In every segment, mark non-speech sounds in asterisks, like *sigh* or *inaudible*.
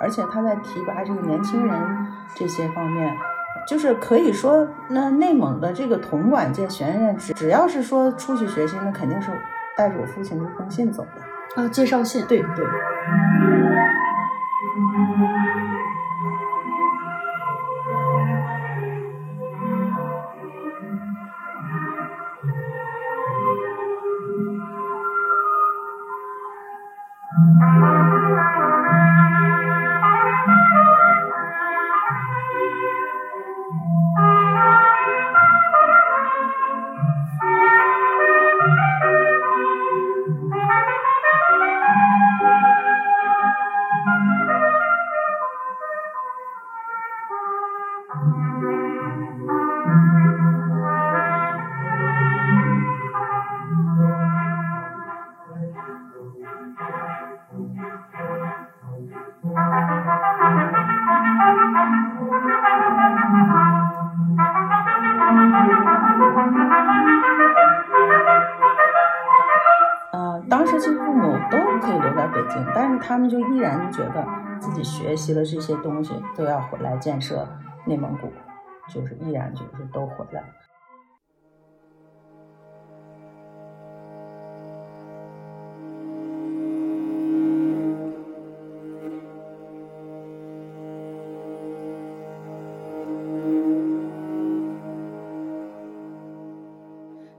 而且他在提拔这个年轻人这些方面，就是可以说，那内蒙的这个铜管界学院，只只要是说出去学习，那肯定是带着我父亲这封信走的。啊，介绍信。对对。呃，当时其实父母都可以留在北京，但是他们就依然觉得自己学习了这些东西都要回来建设内蒙古，就是依然就是都回来。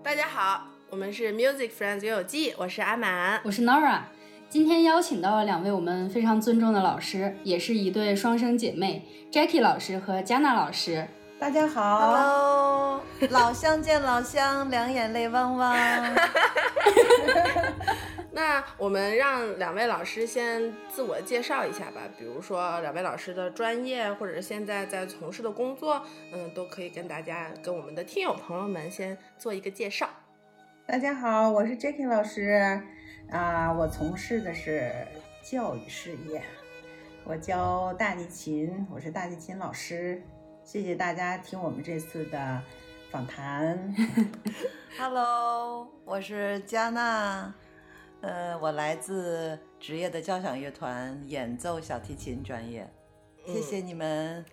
大家好，我们是 Music Friends 游友记，我是阿满。我是 Nora，今天邀请到了两位我们非常尊重的老师，也是一对双生姐妹 Jackie 老师和 Jana 老师。大家好 Hello，老乡见老乡，两眼泪汪汪。那我们让两位老师先自我介绍一下吧，比如说两位老师的专业，或者是现在在从事的工作，嗯，都可以跟大家、跟我们的听友朋友们先做一个介绍。大家好，我是 Jackie 老师，啊、我从事的是教育事业，我教大提琴，我是大提琴老师。谢谢大家听我们这次的访谈。 Hello，我是加纳，呃，我来自职业的交响乐团，演奏小提琴专业。谢谢你们。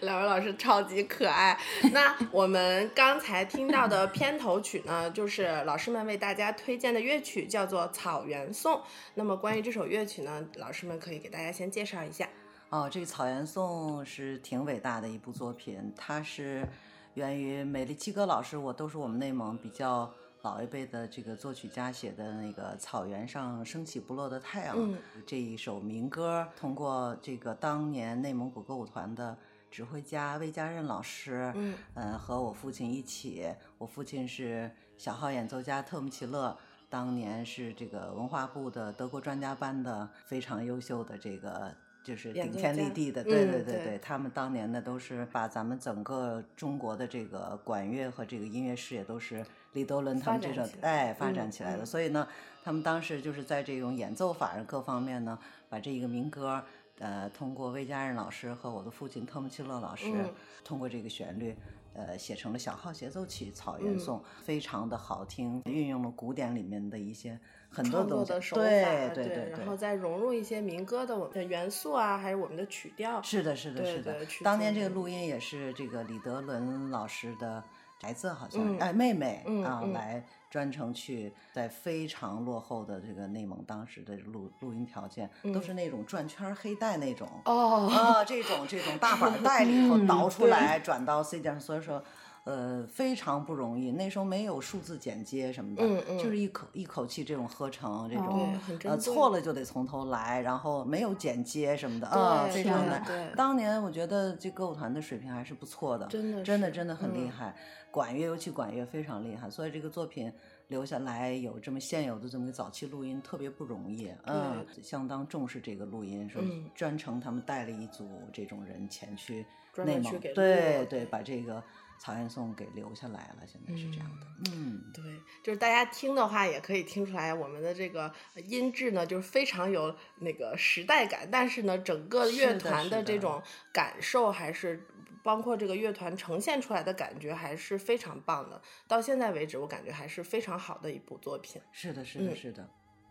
两位老师超级可爱。那我们刚才听到的片头曲呢， *laughs* 就是老师们为大家推荐的乐曲，叫做《草原颂》。那么关于这首乐曲呢，老师们可以给大家先介绍一下。哦，这个《草原颂》是挺伟大的一部作品，它是源于美丽七哥老师，我都是我们内蒙比较老一辈的这个作曲家写的那个《草原上升起不落的太阳》嗯这一首民歌，通过这个当年内蒙古歌舞团的指挥家魏家任老师，嗯呃，和我父亲一起，我父亲是小号演奏家特姆齐勒，当年是这个文化部的德国专家班的非常优秀的这个。就是演顶奏天立家地的，嗯对对对对对，他们当年呢都是把咱们整个中国的这个管乐和这个音乐事业都是李德伦他们发这展种起来哎发嗯展起来的，嗯所以呢，他们当时就是在这种演奏法上各方面呢，把这一个民歌，呃，通过魏家任老师和我的父亲特姆齐勒老师，嗯通过这个旋律。呃，写成了小号协奏曲《草嗯原颂》非常的好听，运用了古典里面的一些很多创东作西，的手法，对对对对，然后再融入一些民歌的我们的元素啊，还有我们的曲调，是的，是的，对是的对。曲当子年这个嗯录音也是这个李德伦老师的孩子，好像、嗯哎妹妹、嗯啊、嗯来专程去在非常落后的这个内蒙当时的录录音条件，都嗯是那种转圈儿黑带那种。哦啊，这种这种大板带里头嗯倒出对来转到 C 键上，所以说，呃，非常不容易。那时候没有数字剪接什么的，嗯嗯就是一口一口气这种合成，这哦种、对，很珍呃贵错了就得从头来，然后没有剪接什么的啊，对非是常的难。对当年我觉得这歌舞团的水平还是不错的，真的真的是真的很厉嗯害。管乐尤其管乐非常厉害，所以这个作品留下来有这么现有的这么个早期录音特别不容易，嗯，相当重视这个录音，是嗯专程他们带了一组这种人前去专内门去蒙给，录对对，把这个草原颂给留下来了，现在是这样的，嗯对，就是大家听的话，也可以听出来我们的这个音质呢，就是非常有那个时代感，但是呢，整个是乐的团是的这的种感受还是。包括这个乐团呈现出来的感觉还是非常棒的，到现在为止，我感觉还是非常好的一部作品。是的，是的，嗯是的，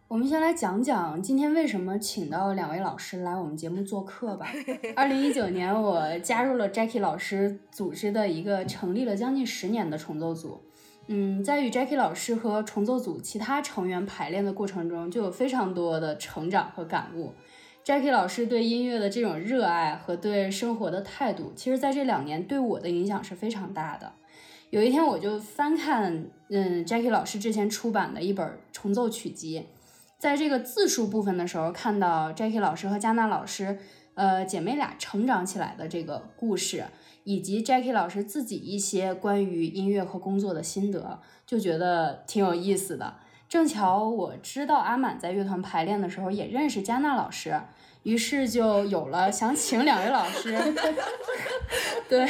我们先来讲讲今天为什么请到两位老师来我们节目做客吧。二零一九年，我加入了 Jackie 老师组织的一个成立了将近十年的重奏组。嗯，在与 Jackie 老师和重奏组其他成员排练的过程中，就有非常多的成长和感悟。Jackie 老师对音乐的这种热爱和对生活的态度，其实在这两年对我的影响是非常大的。有一天，我就翻看，嗯，Jackie 老师之前出版的一本重奏曲集，在这个字数部分的时候，看到 Jackie 老师和加纳老师，呃，姐妹俩成长起来的这个故事，以及 Jackie 老师自己一些关于音乐和工作的心得，就觉得挺有意思的。正巧我知道阿满在乐团排练的时候也认识加纳老师，于是就有了想请两位老师， *laughs* 对，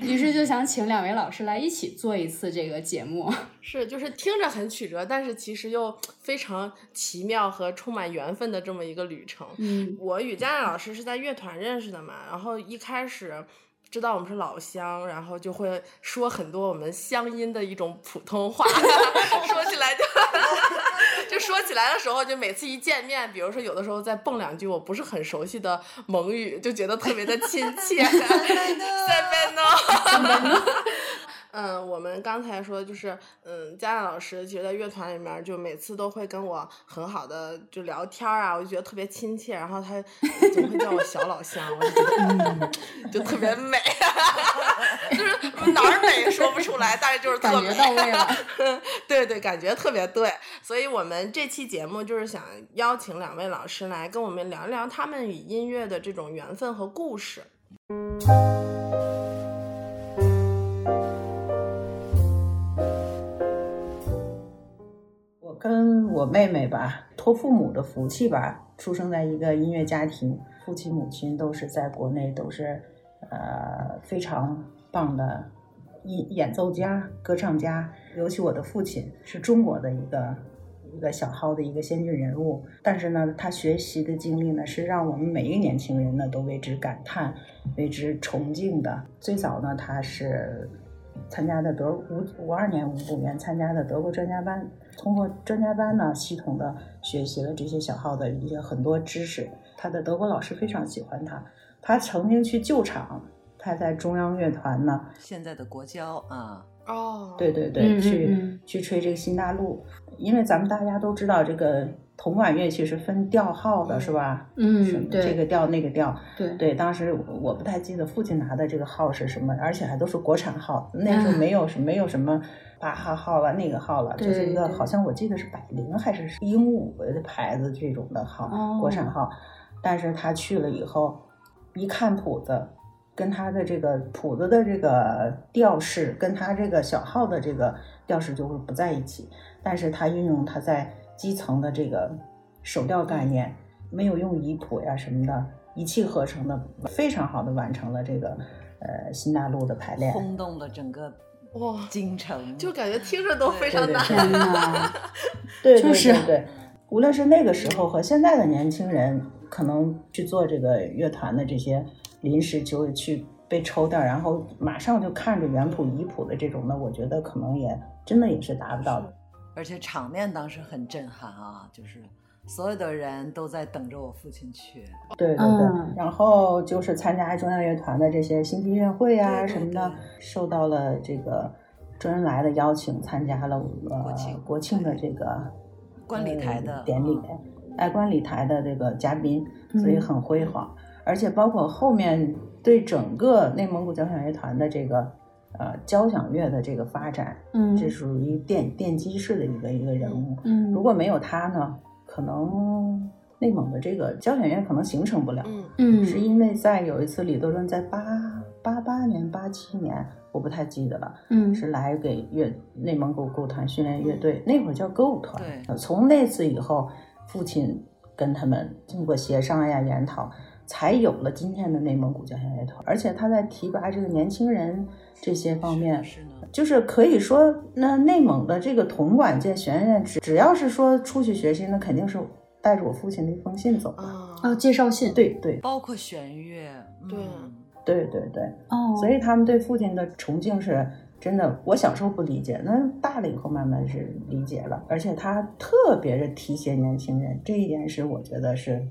于是就想请两位老师来一起做一次这个节目。是，就是听着很曲折，但是其实又非常奇妙和充满缘分的这么一个旅程。嗯我与佳娜老师是在乐团认识的嘛，然后一开始知道我们是老乡，然后就会说很多我们乡音的一种普通话， *laughs* 说起来就就 *laughs* 说起来的时候，就每次一见面，比如说有的时候再蹦两句我不是很熟悉的蒙语，就觉得特别的亲切。 *laughs* 三分 *laughs* 呢？嗯，我们刚才说就是，嗯，佳娜老师其实，在乐团里面就每次都会跟我很好的就聊天儿啊，我就觉得特别亲切，然后他总会叫我小老乡，我就觉得嗯，就特别美， *laughs* 就是哪儿美说不出来，但是就是特感别觉到位了。 *laughs* 对对，感觉特别对，所以我们这期节目就是想邀请两位老师来跟我们聊一聊他们与音乐的这种缘分和故事。我跟我妹妹吧，托父母的福气吧，出生在一个音乐家庭，父亲母亲都是在国内都是呃非常棒的演演奏家、歌唱家，尤其我的父亲是中国的一个。一个小号的一个先进人物，但是呢，他学习的经历呢，是让我们每一个年轻人呢都为之感叹、为之崇敬的。最早呢，他是参加的德五五二年五五年参加的德国专家班，通过专家班呢，系统的学习了这些小号的一些很多知识。他的德国老师非常喜欢他，他曾经去救场，他在中央乐团呢，现在的国交啊，哦，对对对，嗯嗯去嗯去吹这个新大陆，因为咱们大家都知道这个铜管乐器是分调号的，是吧？什么嗯，这对个调那个调，对对，当时我我不太记得父亲拿的这个号是什么，而且还都是国产号，那时候嗯没有什没有什么巴哈号了，那个号了，就是一个对对好像我记得是百灵还是鹦鹉的牌子这种的号，哦国产号。但是他去了以后，一看谱子，跟他的这个谱子的这个调式，跟他这个小号的这个调式就会不在一起。但是他运用他在基层的这个手调概念，没有用仪谱呀什么的，一气呵成的，非常好的完成了这个呃新大陆的排练。轰动了整个哇，京城，就感觉听着都非对常对难。对 *laughs* 天呐，对对就对是对对，无论是那个时候和现在的年轻人，可能去做这个乐团的这些临时就去被抽掉，然后马上就看着原谱遗谱的这种的，我觉得可能也真的也是达不到的。而且场面当时很震撼啊，就是所有的人都在等着我父亲去，哦对对对，嗯然后就是参加中央乐团的这些星级音乐会啊对对什么的对，受到了这个周恩来的邀请，参加了呃国庆国庆的这个观礼台的呃典礼嗯，爱观礼台的这个嘉宾，所以很辉煌。而且包括后面对整个内蒙古交响乐团的这个呃交响乐的这个发展，嗯这属于奠奠基式的一个一个人物。嗯，如果没有他呢，可能内蒙的这个交响乐可能形成不了。嗯，嗯是因为在有一次李德润在八八八年、八七年，我不太记得了，嗯是来给乐内蒙古歌舞团训练乐队，那会儿叫歌舞团。嗯对呃从那次以后，父亲跟他们经过协商呀、研讨，才有了今天的内蒙古交响乐团。而且他在提拔这个年轻人这些方面，是呢，就是可以说，那内蒙的这个铜管界学院，只只要是说出去学习，那肯定是带着我父亲的一封信走的。啊，哦，介绍信对对包括弦乐，对嗯对对对，哦，所以他们对父亲的崇敬是真的，我小时候不理解，那大了以后慢慢是理解了，而且他特别的提携年轻人，这一点是我觉得是，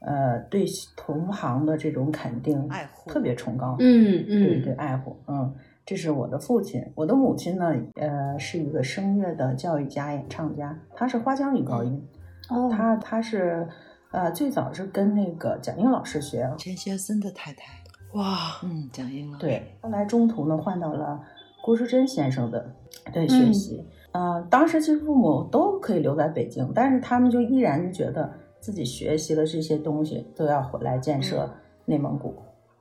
呃，对同行的这种肯定爱护特别崇高，嗯对嗯对，爱护，嗯，这是我的父亲，我的母亲呢，呃，是一个声乐的教育家、演唱家，她是花腔女高音，哦，她她是，呃，最早是跟那个蒋英老师学，钱学森的太太，哇，嗯，蒋英老师，对，后来中途呢换到了郭淑珍先生的对学习。呃，当时其实父母都可以留在北京，但是他们就依然是觉得自己学习了这些东西都要回来建设内蒙古，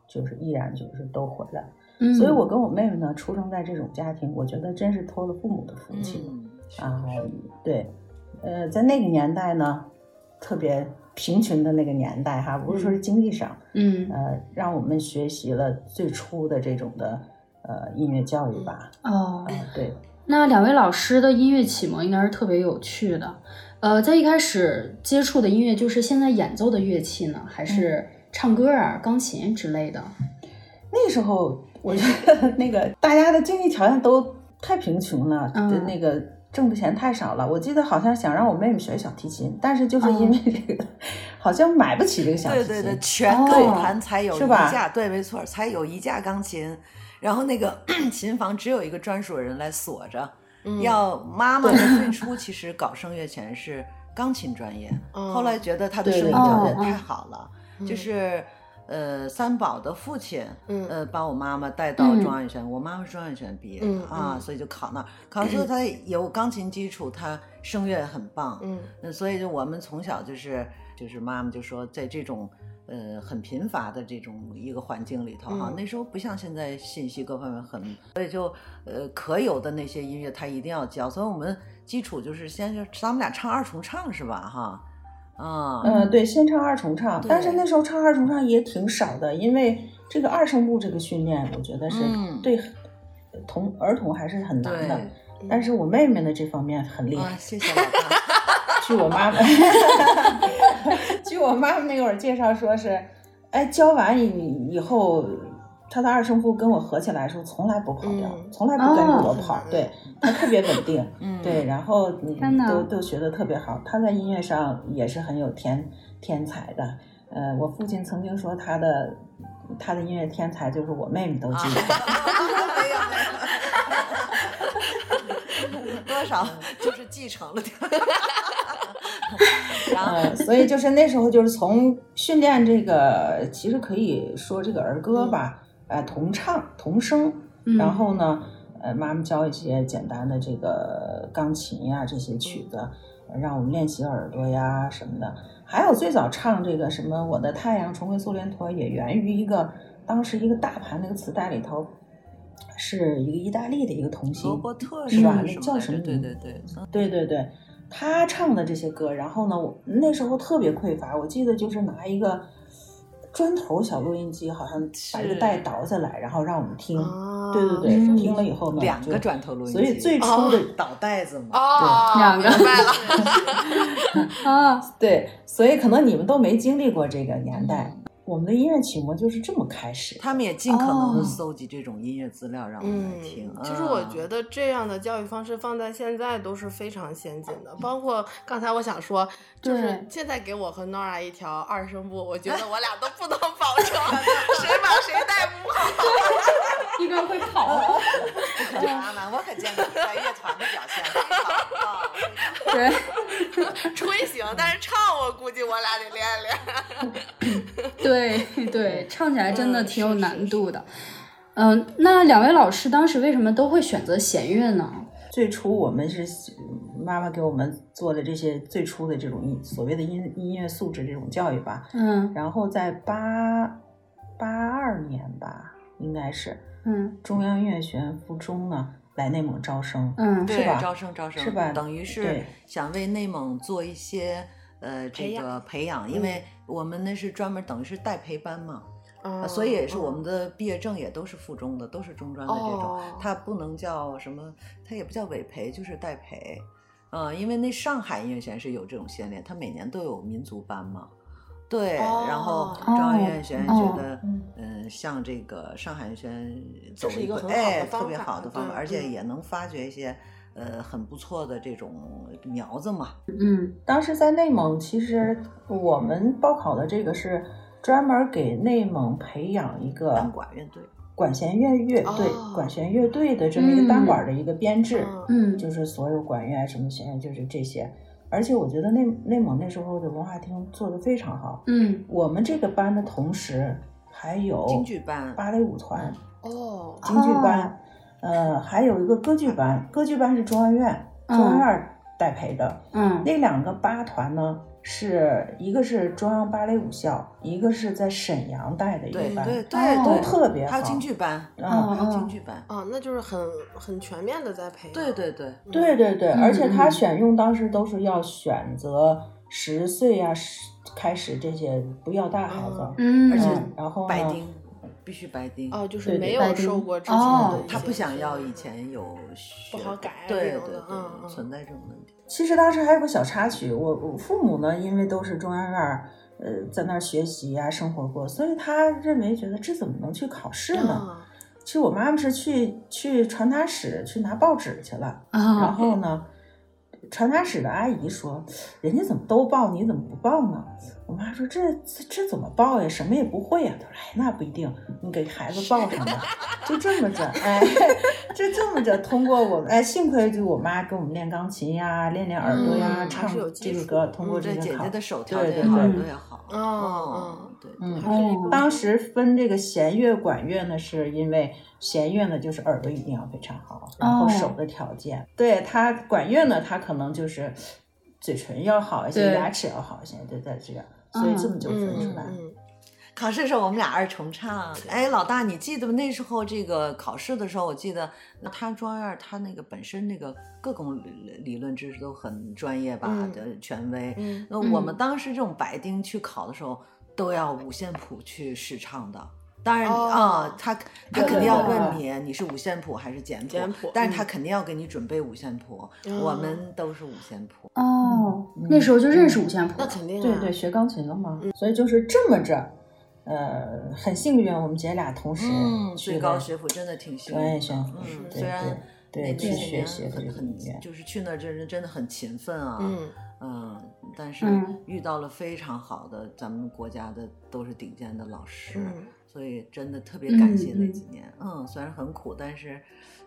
就是依然就是都回来。嗯所以我跟我妹妹呢出生在这种家庭，我觉得真是托了父母的福气。嗯，是啊，对，呃，在那个年代呢，特别贫穷的那个年代哈，不是说是经济上，嗯呃，让我们学习了最初的这种的呃音乐教育吧。哦，哎、对，那两位老师的音乐启蒙应该是特别有趣的。呃，在一开始接触的音乐就是现在演奏的乐器呢，还是嗯唱歌啊、钢琴之类的？那时候我觉得那个大家的经济条件都太贫穷了，嗯对那个挣的钱太少了。我记得好像想让我妹妹学小提琴，但是就是因为这个，好像买不起这个小提对琴。对对，全哦购盘才有是一吧架，对，没错，才有一架钢琴，然后那个 *clears throat* 琴房只有一个专属人来锁着。嗯要 *laughs* 妈妈她最初其实搞声乐前是钢琴专业，嗯后来觉得她的对生对哦意条件对太好了，就是呃三宝的父亲，嗯呃把我妈妈带到中央学院，我妈妈是中央学院毕业的、嗯啊，所以就考那儿，考之后她有钢琴基础，她声乐很棒，嗯嗯，所以就我们从小就是就是妈妈就说，在这种呃很贫乏的这种一个环境里头哈、嗯那时候不像现在信息各方面很，所以就呃可有的那些音乐他一定要教，所以我们基础就是先是咱们俩唱二重唱是吧哈？啊、嗯，对，先唱二重唱，但是对那时候唱二重唱也挺少的，因为这个二声部这个训练，我觉得是嗯对童儿童还是很难的。对，但是我妹妹呢这方面很嗯厉害啊，，谢谢老大， *laughs* 据我妈妈，据我妈妈那会儿介绍说是，哎，教完以以后，她的二声部跟我合起来的时候从来不跑调，嗯从来不跟着我哦跑，对她特别稳定。嗯，对，，然后嗯天哪都都学得特别好，他在音乐上也是很有天天才的。呃，我父亲曾经说他的他的音乐天才就是我妹妹都 *laughs* 记得。没有没有，多少就是继承 *laughs* 了点儿，然后。呃，所以就是那时候就是从训练这个，其实可以说这个儿歌吧，呃，同唱同声，嗯，然后呢，呃，妈妈教一些简单的这个钢琴呀这些曲子，呃让我们练习耳朵呀什么的。还有最早唱这个什么《我的太阳重回苏联陀》，也源于一个当时一个大盘那个磁带里头，是一个意大利的一个童罗星，伯特是吧什那么叫来什着么嗯对名对对，对对对，他唱的这些歌。然后呢，我那时候特别匮乏，我记得就是拿一个砖头小录音机，好像把一个是带倒下来，然后让我们听。啊，对对对，嗯听了以后呢，两就个转头录音机，所以最初的、倒袋子嘛。哦，对两个明 *laughs* 白了，嗯啊，对，所以可能你们都没经历过这个年代。我们的音乐启蒙就是这么开始。他们也尽可能哦的搜集这种音乐资料让我们来听。嗯其实嗯我觉得，得这样的教育方式放在现在都是非常先进的，包括刚才我想说，就是对现在给我和 Nora 一条二声部， *laughs* 我觉得我俩都不能保证谁把谁带不 *laughs* 好。一个会跑， *laughs* 阿兰，我可见过你在乐团的表现，非常棒。对，吹行，但是唱我估计我俩得练练。对对，唱起来真的嗯挺有是是难是度的。嗯、那两位老师当时为什么都会选择弦乐呢？最初我们是妈妈给我们做的这些最初的这种音所谓的音音乐素质这种教育吧。嗯然后在八八二年吧，应该是嗯中央音乐学院附中呢来内蒙招生。嗯，是吧对，招生招生是吧等于是对想为内蒙做一些呃这培养嗯个培养，因为我们那是专门等于是代培班嘛。 *laughs* 哦啊所以也是我们的毕业证也都是附中的，都是中专的这种嗯哦，它不能叫什么，它也不叫委培，就是代培。呃嗯，因为那上海音乐学院是有这种先练，它每年都有民族班嘛。对，哦然后张悦轩觉得，嗯嗯、向这个上海轩走这是一个个很好的哎方特别法好的方法，对而且嗯也能发掘一些呃很不错的这种苗子嘛。嗯当时在内蒙，其实我们报考的这个是专门给内蒙培养一个单管乐队，管弦乐乐队、哦管弦乐队的这么一个单管嗯的一个编制，嗯嗯，就是所有管乐啊什么弦乐就是这些。而且我觉得内内蒙那时候的文化厅做得非常好，嗯我们这个班的同时还有京剧班，芭蕾舞啊团、哦，京剧班，呃，还有一个歌剧班，歌剧班是中央院嗯中央院代培的。嗯那两个八团呢，是一个是中央芭蕾舞校，一个是在沈阳带的一对个班，对哦对都对，特别好。还有京剧班，啊，还哦有京剧班，哦，那就是很很全面的在培养。对对对，嗯对，对对，嗯而且他嗯选用当时都是要选择十岁呀、十开始这些，不要大孩子嗯，嗯，而且嗯然后呢白丁必须白丁，哦，就是对没对白有丁受过之前哦的一些他不想要以训前有学好改对那对种的对嗯，嗯存在这种问题。其实当时还有个小插曲，我我父母呢，因为都是中央院儿，呃，在那儿学习呀、生活过，所以他认为觉得这怎么能去考试练呢？啊其实我妈妈是去去传达室去拿报纸去了，然啊，后呢，传达室的阿姨说，人家怎么都报，你怎么不报呢？我妈说这这这怎么报呀？什么也不会呀、她说哎，那不一定，你给孩子报上吧。就这么着，哎， *laughs* 就这么着，通过我们，哎，幸亏就我妈给我们练钢琴呀，练练耳朵呀，嗯唱还是有这个基础嗯歌，通过对这姐个考姐。的手条对件对好，耳对朵也好，哦哦哦，对，对嗯，还是一哦个当时分这个弦乐、管乐呢，是因为弦乐呢就是耳朵一定要非常好，然后哦手的条件。对他管乐呢，他可能就是嘴唇要好一些，对牙齿要好一些，对对这样，所以这么就分出嗯来。嗯考试的时候我们俩二重唱。哎，老大，你记得吗？那时候这个考试的时候，我记得那他中二，他那个本身那个各种理理论知识都很专业吧，嗯的权威。嗯那我们当时这种白丁去考的时候，都要五线谱去试唱的。当然哦啊、他他对肯定对要对问你你是五线谱还是简谱，简谱但是他嗯肯定要给你准备五线谱。嗯我们都是五线谱。哦嗯，那时候就认识五线谱那了，肯定啊对对，学钢琴了嘛，嗯所以就是这么着，呃，很幸运，我们姐俩同时嗯，去最高了学府真的挺幸专业运学的。府嗯是，对虽然对那对去那学年习的这很个音乐很，。就是去那儿真是真的很勤奋啊。嗯嗯但是嗯遇到了非常好的咱们国家的都是顶尖的老师，嗯所以真的特别感谢嗯那嗯几年。嗯虽然很苦，但是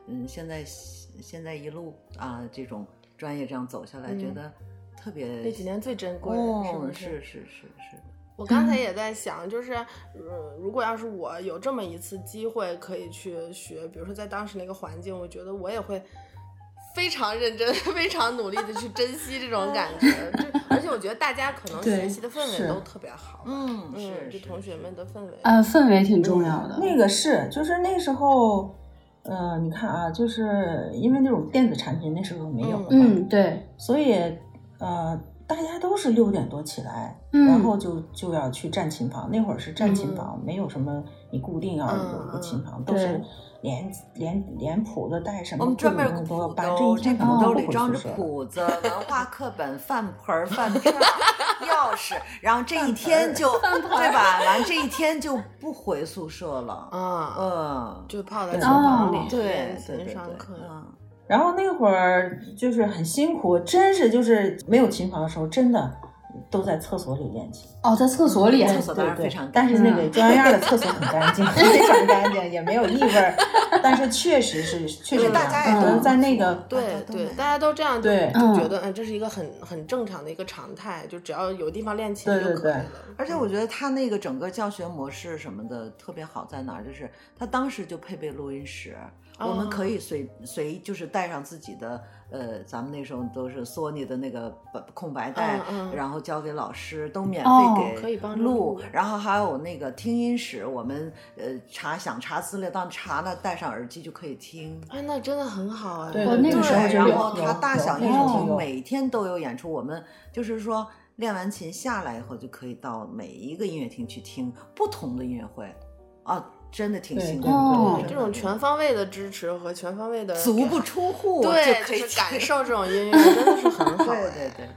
嗯，现在现在一路啊这种专业这样走下来，觉嗯得特别那几年最珍贵，是哦不是是是是，我刚才也在想，就是，呃，如果要是我有这么一次机会可以去学，比如说在当时那个环境，我觉得我也会非常认真、 *laughs* 非常努力的去珍惜这种感觉。这而且我觉得大家可能对学习的氛围是都特别好，嗯嗯，是就是同学是们的氛围，呃，氛围挺重要的，那个是，就是那时候，呃，你看啊，就是因为那种电子产品那时候没有了嘛，嗯，对，所以呃，大家都是六点多起来，嗯然后就就要去站琴房。那会儿是站嗯琴房，没有什么你固定要嗯有一个嗯琴房，都是对连连连谱子带什么，我们专门有各个种都谱要搬，兜，一啊这天可谱能兜不里回装宿着舍了谱子、文化课本、饭盆儿、饭票、钥匙，然后这一天就对吧？完这一天就不回宿舍了。啊，嗯，就泡在对琴房哦里，对对琴对上课对，，嗯，然后那会儿就是很辛苦，真是就是没有琴房的时候，真的都在厕所里练琴。哦，在厕所里，厕所当对然非对常，但干是净那个中央院的厕所很干净， *laughs* 非常干净，也没有异味儿。但是确实是，确实对大家也都都嗯在那个大对家都对那，样大家都这样，对就觉得嗯，这是一个很很正常的一个常态，就只要有地方练琴对就对可以对了。嗯而且我觉得他那个整个教学模式什么的特别好在哪儿，就是他当时就配备录音室，我们哦可以随随就是带上自己的呃，咱们那时候都是索尼的那个白空白带，嗯嗯然后交给老师，都免哦费给、可以帮着录录，然后还有那个听音室，我们呃查想查资料，当查了戴上耳机就可以听。哎，那真的很好哎，对哦那个时候对，真有然后他大小有乐有厅有每天都有演出，我们就是说练完琴下来以后，就可以到每一个音乐厅去听不同的音乐会，啊，真的挺对幸运对哦的。对这种全方方位的支持和全方位的足给不出户，对，就可以就是感听。受这种音乐，真的是很好对哎。对对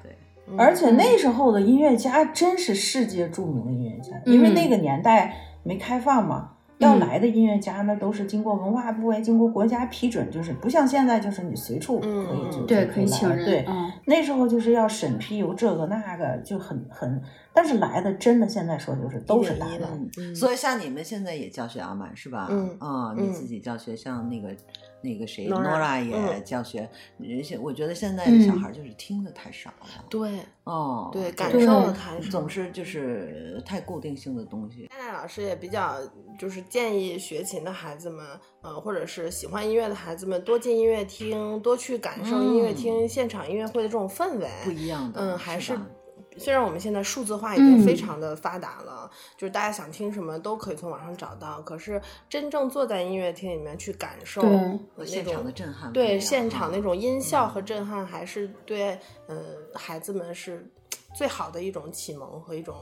*laughs* 对，而且那时候的音乐家真是世界著名的音乐家，因为那个年代没开放嘛，要嗯来的音乐家那都是经过文化部哎，经过国家批准，就是不像现在就是你随处可嗯以就、嗯对，就可以请来人，对，嗯那时候就是要审批，有这个那个，就很很，但是来的真的现在说就是都是一大点一的腕。嗯所以像你们现在也教学阿满是吧？嗯啊、嗯你自己教学，像那个那个谁 Nora， ，Nora 也嗯教学。而且我觉得现在的小嗯孩就是听的太少了，对哦，对，感对受太少。总是就是呃太固定性的东西。戴戴老师也比较就是建议学琴的孩子们，呃，或者是喜欢音乐的孩子们，多进音乐厅，多去感受音嗯乐厅、现场音乐会的这种氛围。不一样的，嗯，还是是吧虽然我们现在数字化已经非嗯常的发达了，就是大家想听什么都可以从网上找到，可是真正坐在音乐厅里面去感受对呃那现场啊嗯的种。震撼不一样，对现场那哈种音效和震撼，还是对呃孩子们是最好的一种启蒙和一种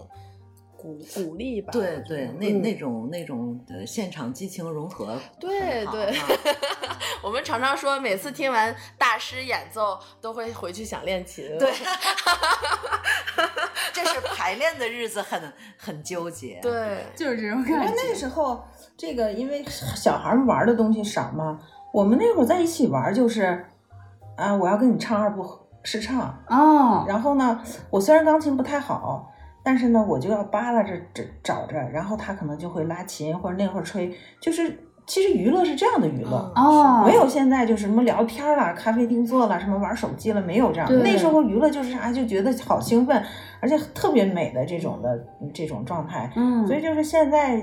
鼓鼓励吧。对对，那嗯那种那种呃现场激情融合很 *laughs* 对好啊对哈 *laughs* 我们常常说，每次听完大师演奏，都会回去想练琴。对，就是排练的日子很很纠结。 *laughs* 对，就是这种因感为觉。那时候这个，因为小孩们玩的东西少嘛，我们那会儿在一起玩就是，啊，我要跟你唱二部试唱，哦，然后呢，我虽然钢琴不太好，但是呢，我就要扒拉着这找着，然后他可能就会拉琴或者那会儿吹，就是其实娱乐是这样的娱嗯乐。哦，没有现在就是什么聊天儿啦、咖啡厅坐了、什么玩手机了，没有这样的。对那时候娱乐就是啥，就觉得好兴奋，而且特别美的这种的这种状态。嗯，所以就是现在，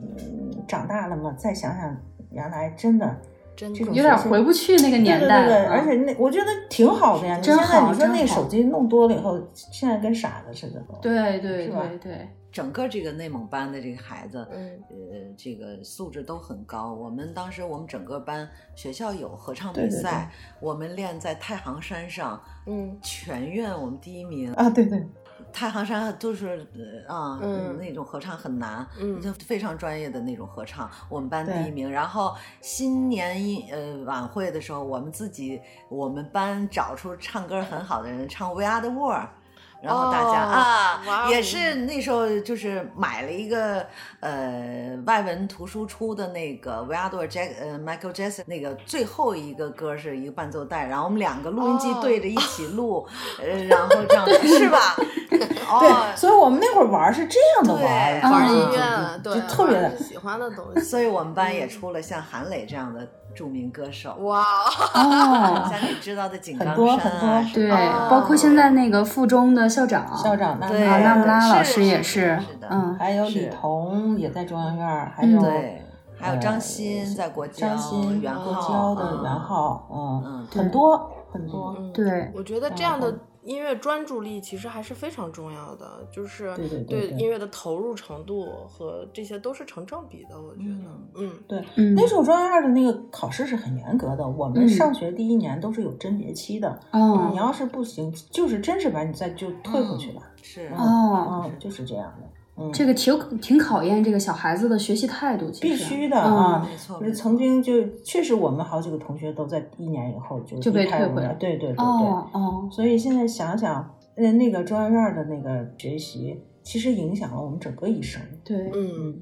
嗯，长大了嘛，再想想原来真的真这种有点学习回不去那个年代对对对对，了，而且那我觉得挺好的呀。你真现在好你说真那个好手机弄多了以后，现在跟傻子似的都。对对是吧对对，整个这个内蒙班的这个孩子，嗯呃，这个素质都很高。我们当时我们整个班学校有合唱对比对赛，我们练在太行山上，嗯全院我们第一名。啊，对对，太行山就是呃啊、嗯那种合唱很难，嗯就非常专业的那种合唱，我们班第对一名。然后新年一呃晚会的时候，我们自己我们班找出唱歌很好的人唱《We Are the World》。然后大家、哦哇啊，哦也是那时候就是买了一个呃外文图书出的那个 We Are the World Jack 呃 Michael Jackson 那个最后一个歌是一个伴奏带，然后我们两个录音机哦对着一起录，呃，然后这样子是吧？哦对，，所以我们那会儿玩儿是这样的玩儿，对玩玩儿音啊就乐，嗯对，就特别玩的自己喜欢的东 *laughs* 西。所以我们班也出了像韩磊这样的著名歌手，哇，哦，像你知道的井冈很多山很啊多什么的，对哦，包括现在那个附中的校长，校长那对啊，那拉姆拉是老师是也是是的嗯，还有是李彤也在中央院儿，还有对，还有张呃欣在国交，张欣、袁国交昊的袁嗯昊，嗯，嗯，很多很多，嗯，对，我觉得这样的嗯音乐专注力其实还是非常重要的，就是对对对对对音乐的投入程度和这些都是成正比的，我觉得嗯。嗯对。嗯，那时候中央院的那个考试是很严格的，我嗯们上学第一年都是有甄别期的，哦你要是不行，就是真是把你再就退回去了，是嗯哦，嗯，就是这样的，嗯，这个挺挺考验这个小孩子的学习态度，其必实须的嗯啊，没错就没是错曾经就确实我们好几个同学都在一年以后就就被离开退我们回了对对对对，哦哦，所以现在想想，那那个中央院的那个学习，其实影响了我们整个一生。对，嗯嗯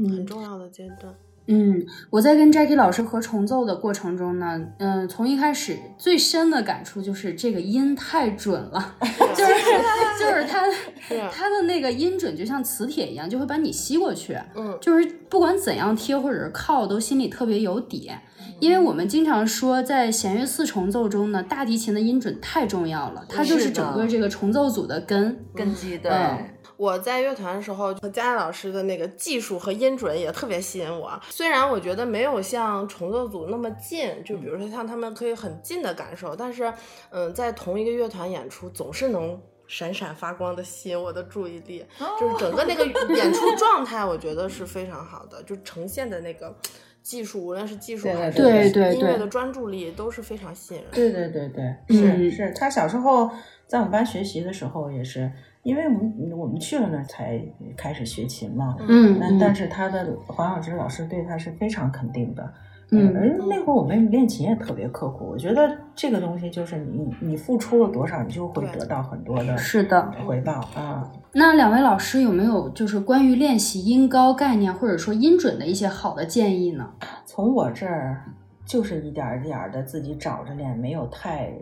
嗯，很重要的阶段。嗯，我在跟 Jackie 老师合重奏的过程中呢，嗯，从一开始最深的感触就是这个音太准了， *laughs* 就是啊就是它是它的那个音准就像磁铁一样，就会把你吸过去。嗯就是不管怎样贴或者是靠，都心里特别有底。嗯因为我们经常说，在弦乐四重奏中呢，大提琴的音准太重要了，它就是是的整个这个重奏组的根。根基对，嗯我在乐团的时候，和佳佳老师的那个技术和音准也特别吸引我。虽然我觉得没有像重奏组那么近，就比如说像他们可以很近的感受，但是，嗯，在同一个乐团演出，总是能闪闪发光的吸引我的注意力，哦就是整个那个演 *laughs* 出状态，我觉得是非常好的，就呈现的那个技术，无论是技术对还是对对音乐对的专注力，都是非常吸引人的。对对对对，嗯是是，他小时候在我们班学习的时候也是，因为我们我们去了那儿才开始学琴嘛，嗯那嗯但是他的黄小芝老师对他是非常肯定的，嗯而那会儿我们练琴也特别刻苦，我觉得这个东西就是你你付出了多少，你就会对得到很多的是的，回报啊。那两位老师有没有就是关于练习音高概念或者说音准的一些好的建议呢？从我这儿就是一点儿一点儿的自己找着练，没有太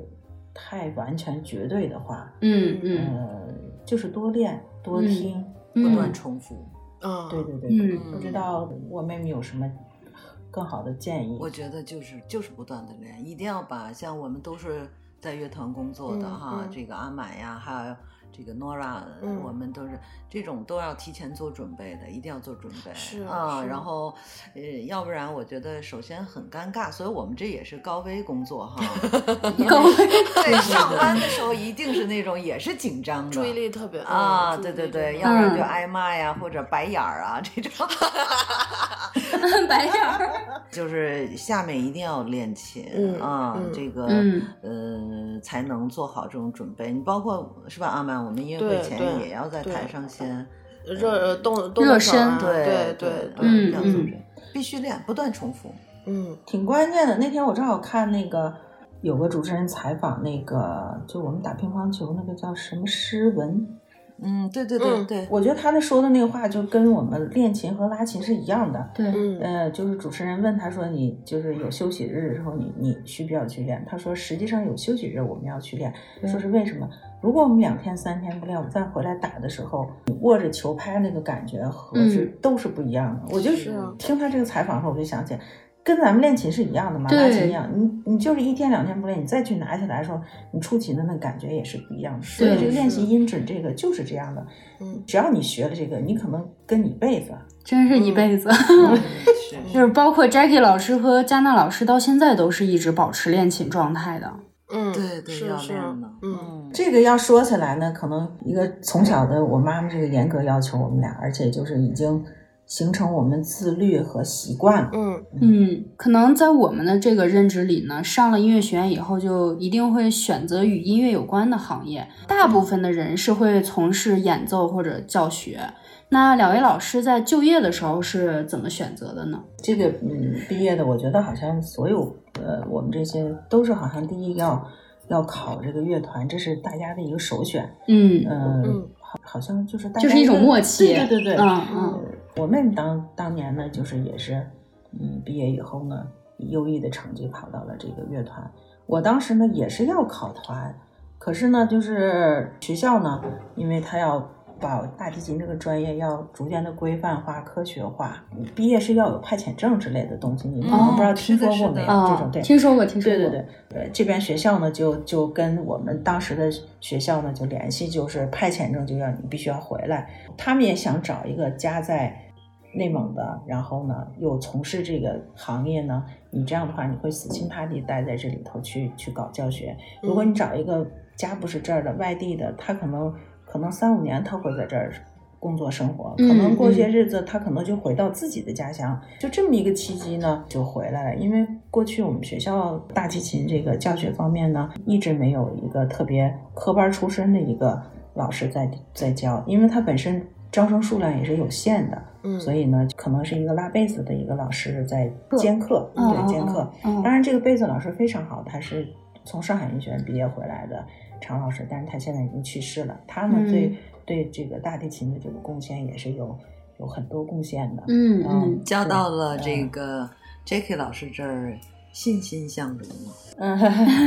太完全绝对的话，嗯嗯呃，就是多练多嗯听，不断嗯重复。嗯，对对对，嗯不知道我妹妹有什么更好的建议？我觉得就是就是不断的练，一定要把像我们都是在乐团工作的嗯哈，嗯这个阿满呀，还有这个 Nora，、嗯我们都是这种都要提前做准备的，一定要做准备是啊。是然后，呃，要不然我觉得首先很尴尬，所以我们这也是高危工 *laughs* 作哈。高 *laughs* 危对，上班的时候一定是那种也是紧张的，注意力特别啊，嗯对注意对力对，真要的不然嗯就挨骂呀，或者白眼儿啊这种。嗯白眼儿，就是下面一定要练琴、嗯啊，嗯这个、嗯呃才能做好这种准备。你包括是吧，阿曼，我们音乐对会前对也要在对台上先热呃动动热动手身啊对对对，嗯要嗯准备，必须练，不断重复。嗯挺关键的。那天我正好看那个有个主持人采访那个，就我们打乒乓球那个叫什么诗文，嗯，对对对、嗯对，我觉得他那说的那个话就跟我们练琴和拉琴是一样的。对，嗯呃，就是主持人问他说：“你就是有休息日的时候你，你需不需要去练？”他说：“实际上有休息日我们要去练，说是为什么？如果我们两天三天不练，我们再回来打的时候，你握着球拍那个感觉和是、都是不一样的。我就是啊听他这个采访的时候，我就想起来，跟咱们练琴是一样的嘛，拉琴对一样。你你就是一天两天不练，你再去拿起来的时候，你触琴的那个感觉也是不一样的。所以对这个练是习音准这个就是这样的，嗯只要你学了这个，你可能跟一辈子。真是一辈子。嗯 *laughs* 是 *laughs* 嗯就是包括 Jackie 老师和加纳老师到现在都是一直保持练琴状态的。嗯，对对是要是练的，嗯这个要说起来呢，可能一个从小的我妈妈这个严格要求我们俩，而且就是已经形成我们自律和习惯了。嗯嗯，可能在我们的这个认知里呢，上了音乐学院以后，就一定会选择与音乐有关的行业。大部分的人是会从事演奏或者教学。那两位老师在就业的时候是怎么选择的呢？这个嗯，毕业的我觉得好像所有呃，我们这些都是好像第一要要考这个乐团，这是大家的一个首选。嗯，嗯、嗯好，好像就是大家就是一种默契。对对对对，嗯嗯我妹妹当当年呢，就是也是，嗯，毕业以后呢，以优异的成绩跑到了这个乐团。我当时呢也是要考团，可是呢，就是学校呢，因为他要把大提琴这个专业要逐渐的规范化、科学化，你毕业是要有派遣证之类的东西，你们可能不知道哦听说是的过没有、是的这种啊对。，听说过，听说对过。对对，呃，这边学校呢就就跟我们当时的学校呢就联系，就是派遣证就要你必须要回来。他们也想找一个家在内蒙的，然后呢又从事这个行业呢，你这样的话你会死心塌地待在这里头去去搞教学。如果你找一个家不是这儿的外地的，他可能可能三五年他会在这儿。工作生活，可嗯能过些日子他可能就回到自己的家乡，就这么一个契机呢，就回来了。因为过去我们学校大提琴这个教学方面呢，一直没有一个特别科班出身的一个老师在在教，因为他本身招生数量也是有限的，嗯，所以以呢，可能是一个拉贝斯的一个老师在兼课，嗯，对兼课。嗯，当嗯然，这个贝斯老师非常好，他是从上海音乐学院毕业回来的常老师，但是他现在已经去世了。他呢，嗯对对这个大提琴的这个贡献也是有有很多贡献的。嗯嗯交到了嗯这个 Jackie 老师这儿欣欣向荣嘛。嗯， *laughs*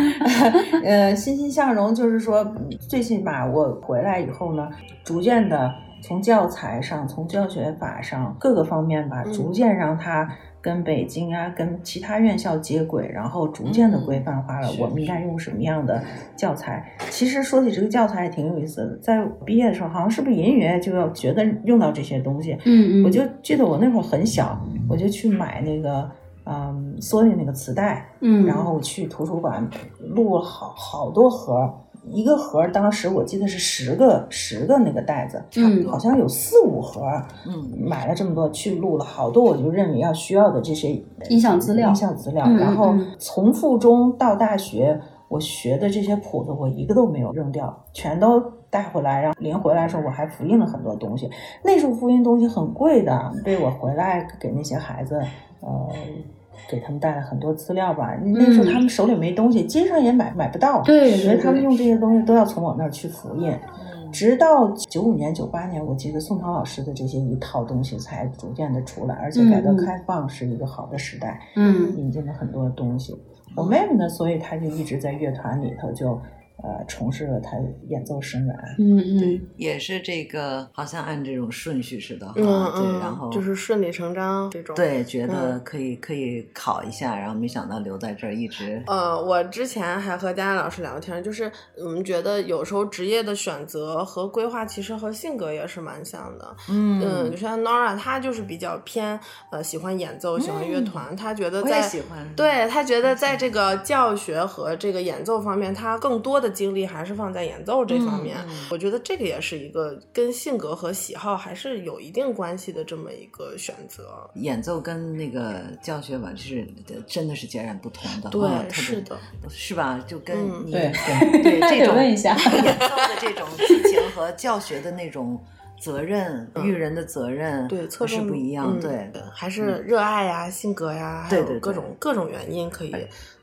呃，欣欣向荣就是说，嗯最起码我回来以后呢，逐渐的从教材上、从教学法上各个方面吧，嗯逐渐让它跟北京啊、跟其他院校接轨，然后逐渐的嗯规范化了是我们应该用什么样的教材。其实说起这个教材也挺有意思的，在我毕业的时候，好像是不是隐隐约约就要觉得用到这些东西，嗯，我就记得我那会儿很小，我就去买那个嗯索尼那个磁带。嗯，然后我去图书馆录了好好多盒，一个盒儿当时我记得是十个十个那个袋子，差不多好像有四五盒儿，嗯，买了这么多去录了好多，我就认为要需要的这些音响资料音响资料，嗯然后嗯从附中到大学，我学的这些谱子我一个都没有扔掉，全都带回来。然后临回来的时候我还复印了很多东西，嗯那时候复印东西很贵的，被我回来给那些孩子呃给他们带了很多资料吧。那时候他们手里没东西，街上也买买不到，嗯对所以对他们对用这些东西都要从我那儿去复印。嗯直到九五年、九八年，我记得宋涛老师的这些一套东西才逐渐的出来，而且改革嗯嗯开放是一个好的时代，嗯引进了很多东西。我妹妹呢，所以她就一直在乐团里头就呃从事了她演奏生涯。嗯嗯，也是这个，好像按这种顺序似的哈，嗯对，嗯，然后就是顺理成章这种。。对，觉嗯得可以可以考一下，然后没想到留在这儿一直，呃，我之前还和佳佳老师聊过天，就是我们觉得有时候职业的选择和规划其实和性格也是蛮像的。嗯，嗯就，像 Nora，她就是比较偏呃喜欢演奏，喜欢乐嗯团，她觉得我也在喜欢，对他觉得在这个教学和这个演奏方面，他更多的精力还是放在演奏这方面。嗯嗯我觉得这个也是一个跟性格和喜好还是有一定关系的这么一个选择。演奏跟那个教学吧，就是呃真的是截然不同的，对，哇特别是嗯的，是吧？就嗯跟你、对对这得种问一下演奏的这种激情和教学的那种责任、嗯育人的责任，对，侧是重不一样，嗯对。还是热爱呀、性格呀、还对有对对各种各种原因可以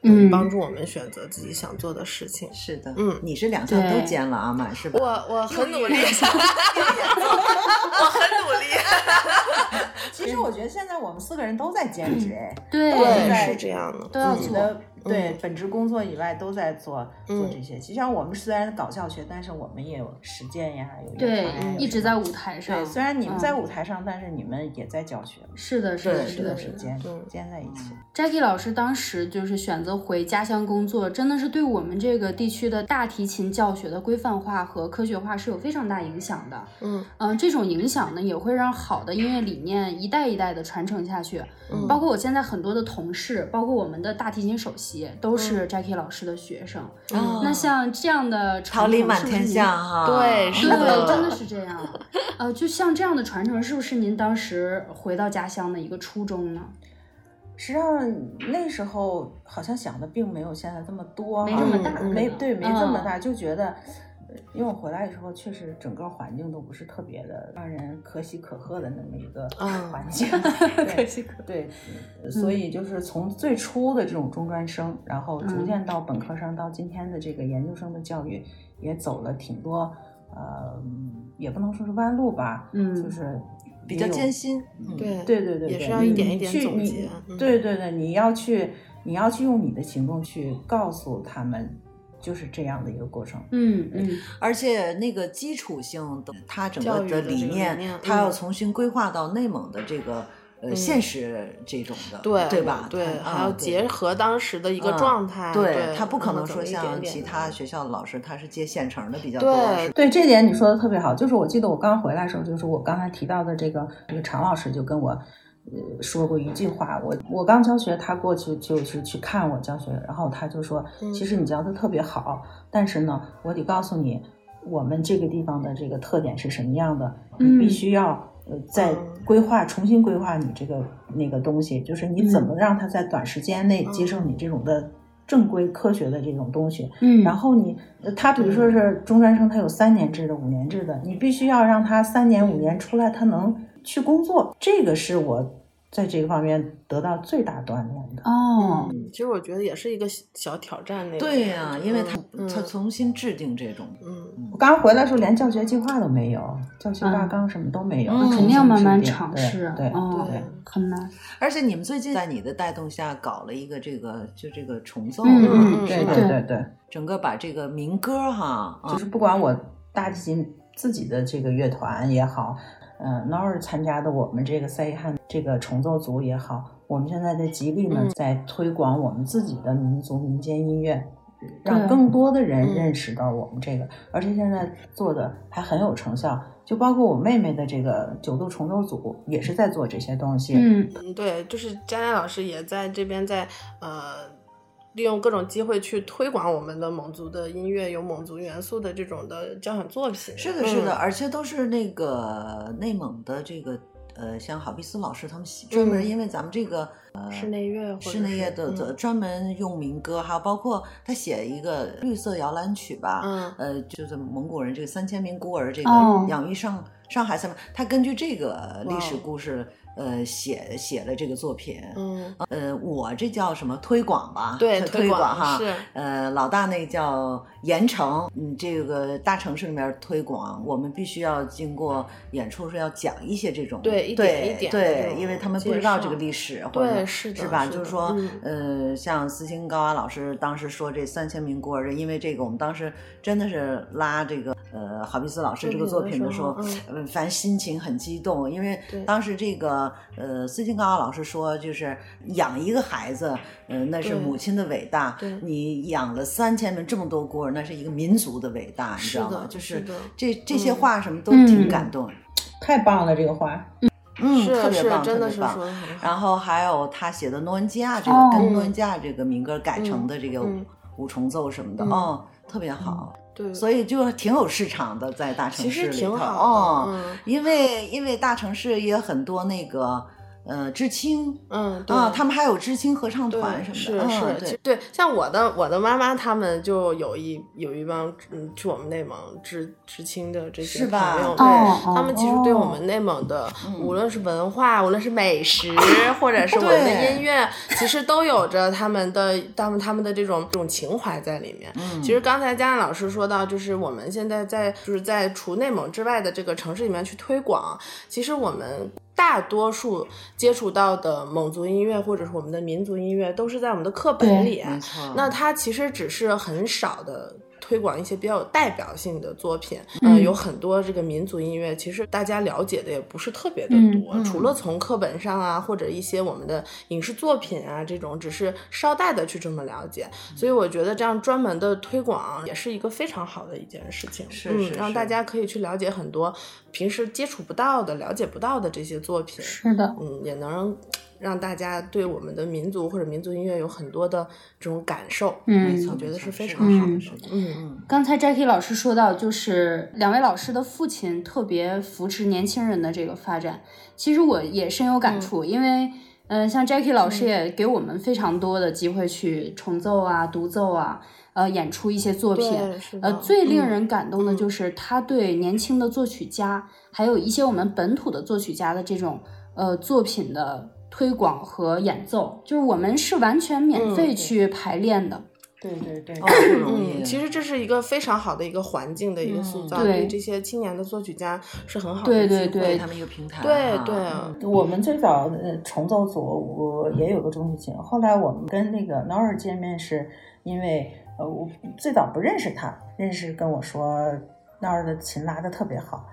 嗯帮助我们选择自己想做的事情。是的，嗯你是两项对都兼了啊，满是吧？我我很 *laughs* 努力，又我很努力。其实我觉得现在我们四个人都在兼嗯职，哎对，对，是这样的。都要自己做，的嗯对本职工作以外都在做做嗯这些。就像我们虽然搞教学，但是我们也有实践呀，有乐对团呀，有一直什么在舞台上对。，虽然你们嗯在舞台上，但是你们也在教学，是的，是的，对是这的，段是时的。间嗯兼在一起。 Jackie 老师当时就是选择回家乡工作，真的是对我们这个地区的大提琴教学的规范化和科学化是有非常大影响的。嗯嗯、这种影响呢，也会让好的音乐理念一代一代的传承下去。嗯包括我现在很多的同事，包括我们的大提琴首席，都嗯是 Jackie 老师的学生。啊哦嗯那像这样的桃传李承，满是不是天您下啊哈，对是对，的真的是这样。呃，就像这样的传承，是不是您当时回到家乡的一个初 *laughs* 衷呢？实际上那时候好像想的并没有现在这么多哈，啊没这么大，嗯没可能对没这么嗯大，就觉得。呃因为我回来以后，确实整个环境都不是特别的让人可喜可贺的那么一个嗯环 *laughs* 境，对喜可对，呃所以就是从最初的这种中专生，然后逐嗯渐到本科生，到今天的这个研究生的教育，也走了挺多，呃，嗯也不能说是弯路吧，嗯就是比也较有艰辛，嗯对对对对，也对是要一你点一点去总你结嗯对对对，你要去，你要去用你的行动去告诉他们，就是这样的一个过程。嗯嗯，而且那个基础性的，它整教个育的的这个理理念，念它要嗯重新规划到内蒙的这个呃、嗯现实这种的，对对吧？对，它还要嗯对结合当时的一个嗯状态，对，他不可然后能怎说么一点像点其地他学校的老师，他是接现成的比较多。对是对这点你说的特别好，就是我记得我刚回来的时候，就是我刚才提到的这个这个常老师就跟我。呃，说过一句话，我我刚教学，他过去就是去看我教学，然后他就说，嗯其实你教的特别好，但是呢，我得告诉你，我们这个地方的这个特点是什么样的，你必嗯须要呃再嗯规划，重新规划你这个那个东西，就是你怎嗯么让他在短时间内接受你这种的正规科学的这种东西，嗯，然后你，呃他比如说是中专生，他有三年制的、五年制的，你必须要让他三年、五年出来，他能去工作。这个是我在这个方面得到最大锻炼的。哦，嗯其实我觉得也是一个小小挑战那种感觉。对呀、因为他、嗯他重新制定这种，嗯我刚回来的时候连教学计划都没有，教学大嗯纲什么都没有，那肯重定新要慢制慢定尝对试对哦对。很难，而且你们最近在你的带动下搞了一个这个就这个重奏，嗯嗯是对吧对对对，整个把这个民歌哈，啊就是不管我大提琴自己的这个乐团也好，嗯、n o r 参加的我们这个赛义汉这个重奏组也好，我们现在在极力呢、嗯在推广我们自己的民族民间音乐，让对更多的人嗯认识到我们这个，而且现在做的还很有成效。就包括我妹妹的这个九度重奏组也是在做这些东西，嗯嗯，对，就是佳佳老师也在这边在呃，利用各种机会去推广我们的蒙族的音乐，有蒙族元素的这种的交响作品。是的，是的，嗯，而且都是那个内蒙的这个呃，像好比斯老师他们喜专嗯门因为咱们这个、呃室内乐或者室内乐是的、嗯的专门用民歌，还有包括他写一个绿色摇篮曲吧，嗯呃，就是蒙古人这个三千名孤儿这个哦养育上上海三百，他根据这个历史哇哦故事，呃，写写了这个作品。嗯，呃，我这叫什么推广吧？对，推推广哈。是，呃，老大那叫盐城，嗯，这个大城市里面推广，我们必须要经过演出是要讲一些这种对一点一点的这对，种因为他们不介知道绍这个历史，或者对，是的，嗯是吧？的就是说嗯，呃，像斯琴高娃老师当时说这三千名孤儿，因为这个，我们当时真的是拉这个呃郝碧斯老师这个作品的时候作品的时，嗯，反正心情很激动，因为对当时这个呃斯琴高娃老师说，就是养一个孩子，嗯，那是对母亲的伟大对，你养了三千名这么多孤儿，那是一个民族的伟大，你知是道的吗？就是是的这这些嗯话什么都嗯挺感动，太棒了，这个话。嗯，特是别是棒，，特真的别是棒说。的很好。然后还有他写的《诺恩基亚》这个，哦跟诺恩基亚这个民歌改成的这个嗯嗯嗯五重奏什么的，嗯哦，特别好，对，所以就是挺有市场的，在大城其市实里挺头，好的。哦，嗯因为因为大城市也有很多那个呃知青嗯，对啊，他们还有知青合唱对团什是么的，嗯，是，对其，对，像我的我的妈妈他们就有一有一帮嗯去我们内蒙知知青的这些是吧朋友，对哦他们其实对我哦们内蒙的嗯无论是文化，无论是美食，或者是我们的对音乐，其实都有着他们的他们他们的这种这种情怀在里面。嗯其实刚才佳娜老师说到，就是我们现在在就是在除内蒙之外的这个城市里面去推广，其实我们大多数接触到的蒙族音乐或者是我们的民族音乐，都是在我们的课本里。啊没错，那它其实只是很少的。推广一些比较有代表性的作品，嗯呃，有很多这个民族音乐，其实大家了解的也不是特别的嗯多，嗯除了从课本上啊，或者一些我们的影视作品啊这种，只是捎带的去这么了解。嗯所以我觉得这样专门的推广也是一个非常好的一件事情，是嗯是让是大家可以去了解很多平时接触不到的、了解不到的这些作品。是的，嗯，也能让大家对我们的民族或者民族音乐有很多的这种感受。没错，嗯。我觉得没是错非的常好的是的，嗯，嗯，刚才 Jackie 老师说到，就是两位老师的父亲特别扶持年轻人的这个发展，其实我也深有感触，因为。嗯，像 Jackie 老师也给我们非常多的机会去重奏啊、独奏啊，呃，演出一些作品。对，是的呃，最令嗯人感动的嗯就是他对年轻的作曲家，还有一些我们本土的作曲家的这种呃作品的推广和演奏，就是我们是完全免嗯费对去排练的。对对对哦，不容易，嗯，其实这是一个非常好的一个环境的一个塑嗯造，对对这些青年的作曲家是很好对的对机给对会他们一个平台，对哈对啊嗯我们最早呃重奏组，我也有个中提琴。后来我们跟那个 n o r 见面是因为呃，我最早不认识他，认识跟我说 n o r 的琴拉的特别好，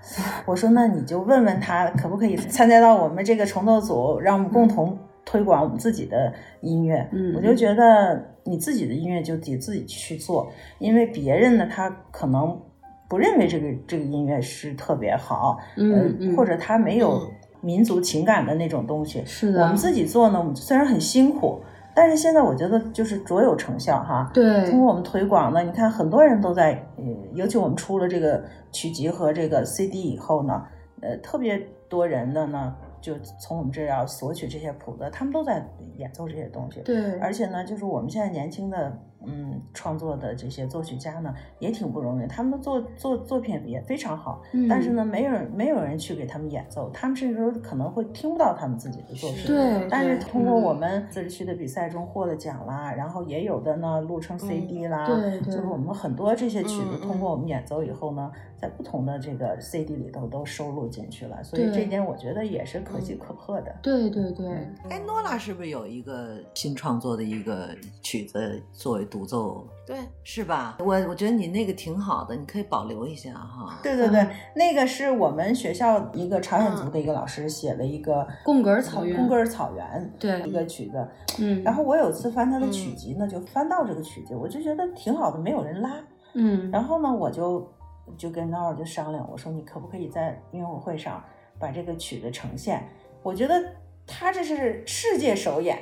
我说那你就问问他可不可以参加到我们这个重奏组，让我们共同推广我们自己的音乐。嗯我就觉得你自己的音乐就得自己去做，因为别人呢他可能不认为这个这个音乐是特别好，嗯呃嗯或者他没有嗯民族情感的那种东西。是我的们，自己做呢，我们虽然很辛苦，但是现在我觉得就是卓有成效哈。对通，过我们推广呢，你看很多人都在，呃，尤其我们出了这个曲集和这个 CD 以后呢，呃，特别多人的呢，就从我们这儿要索取这些谱子，他们都在演奏这些东西。对，而且呢，就是我们现在年轻的，嗯，创作的这些作曲家呢，也挺不容易，他们的作作作品也非常好，嗯但是呢，没有人没有人去给他们演奏，他们甚至说可能会听不到他们自己的作品。是对但嗯是对通过嗯我们自治区的比赛中获了奖啦，然后也有的呢录成 CD 啦，嗯对对就是我们很多这些曲子嗯嗯通过我们演奏以后呢，在不同的这个 CD 里头都收录进去了，所以对嗯这点我觉得也是可喜可贺的。对对对，嗯哎，诺拉是不是有一个新创作的一个曲子作为独奏，对，是吧？我我觉得你那个挺好的，你可以保留一下哈。对对对嗯，那个是我们学校一个朝鲜族嗯的一个老师写了一个贡格尔草原贡格尔草原对一个曲子，嗯，然后我有一次翻他的曲嗯集呢，就翻到这个曲集，我就觉得挺好的，没有人拉。嗯，然后呢，我就就跟 n o r 就商量，我说你可不可以在音乐会上把这个曲子呈现？我觉得他这是世界首演，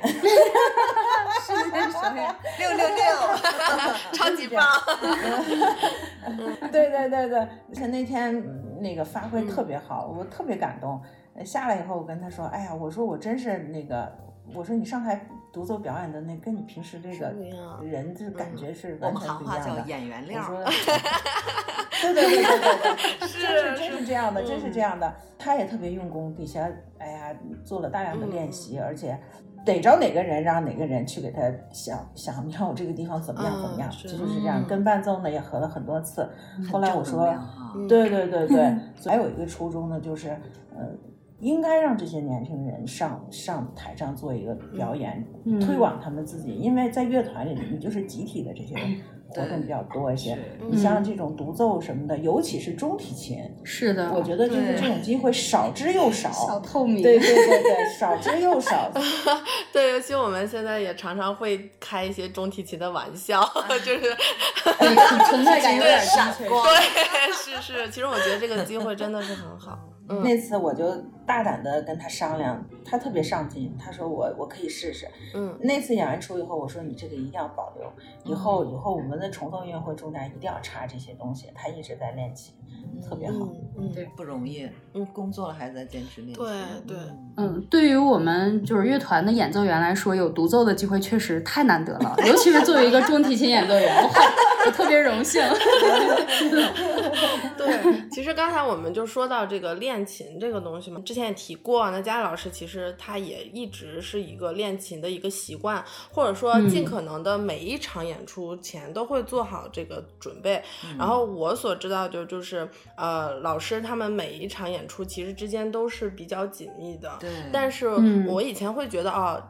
六六六，超级 *laughs* 棒， *laughs* 对对对对，他那天嗯那个发挥特别好，我特别感动。呃下来以后，我跟他说，哎呀，我说我真是那个，我说你上台独奏表演的那跟你平时这个是不一样人就感觉是啊嗯我完们全行不一话样叫 *laughs* 的。演员我料说儿。， *laughs* 对对对对对对，是真是真是这样的，嗯真是这样的。他也特别用功，底下哎呀做了大量的练习，嗯而且逮着哪个人让哪个人去给他想想，你看我这个地方怎么样嗯怎么样，是这就是这样。嗯跟伴奏呢也合了很多次，后来我正能说，量啊嗯对对对对，还有一个初衷呢，就是呃，应该让这些年轻人上上台上做一个表演，嗯推广他们自己，因为在乐团里你就是集体的这些活动比较多一些。是你嗯像这种独奏什么的，尤其是中提琴，是的，我觉得就是这种机会少之又小少。透明，对 *laughs* 对对对，少之又少。对，尤其我们现在也常常会开一些中提琴的玩笑， *laughs* 就是哎存在感有点低闪光， *laughs* 对，是是，其实我觉得这个机会真的是很好。嗯那次我就大胆的跟他商量，他特别上进，他说我我可以试试。嗯那次演完出以后，我说你这个一定要保留，以后以后我们的重奏音乐会中间一定要插这些东西。他一直在练琴，特别好。嗯嗯，对不容易，嗯工作了还在坚持练习，对对嗯嗯，对于我们就是乐团的演奏员来说，有独奏的机会确实太难得了，尤其是作为一个中提琴演奏员，我我特别荣幸。 *laughs* 对，其实刚才我们就说到这个练琴这个东西嘛，之前也提过。啊那佳老师其实他也一直是一个练琴的一个习惯，或者说嗯尽可能的每一场演出前都会做好这个准备。嗯然后我所知道就就是呃，老师他们每一场演出其实之间都是比较紧密的，对，但是是嗯我以前会觉得啊。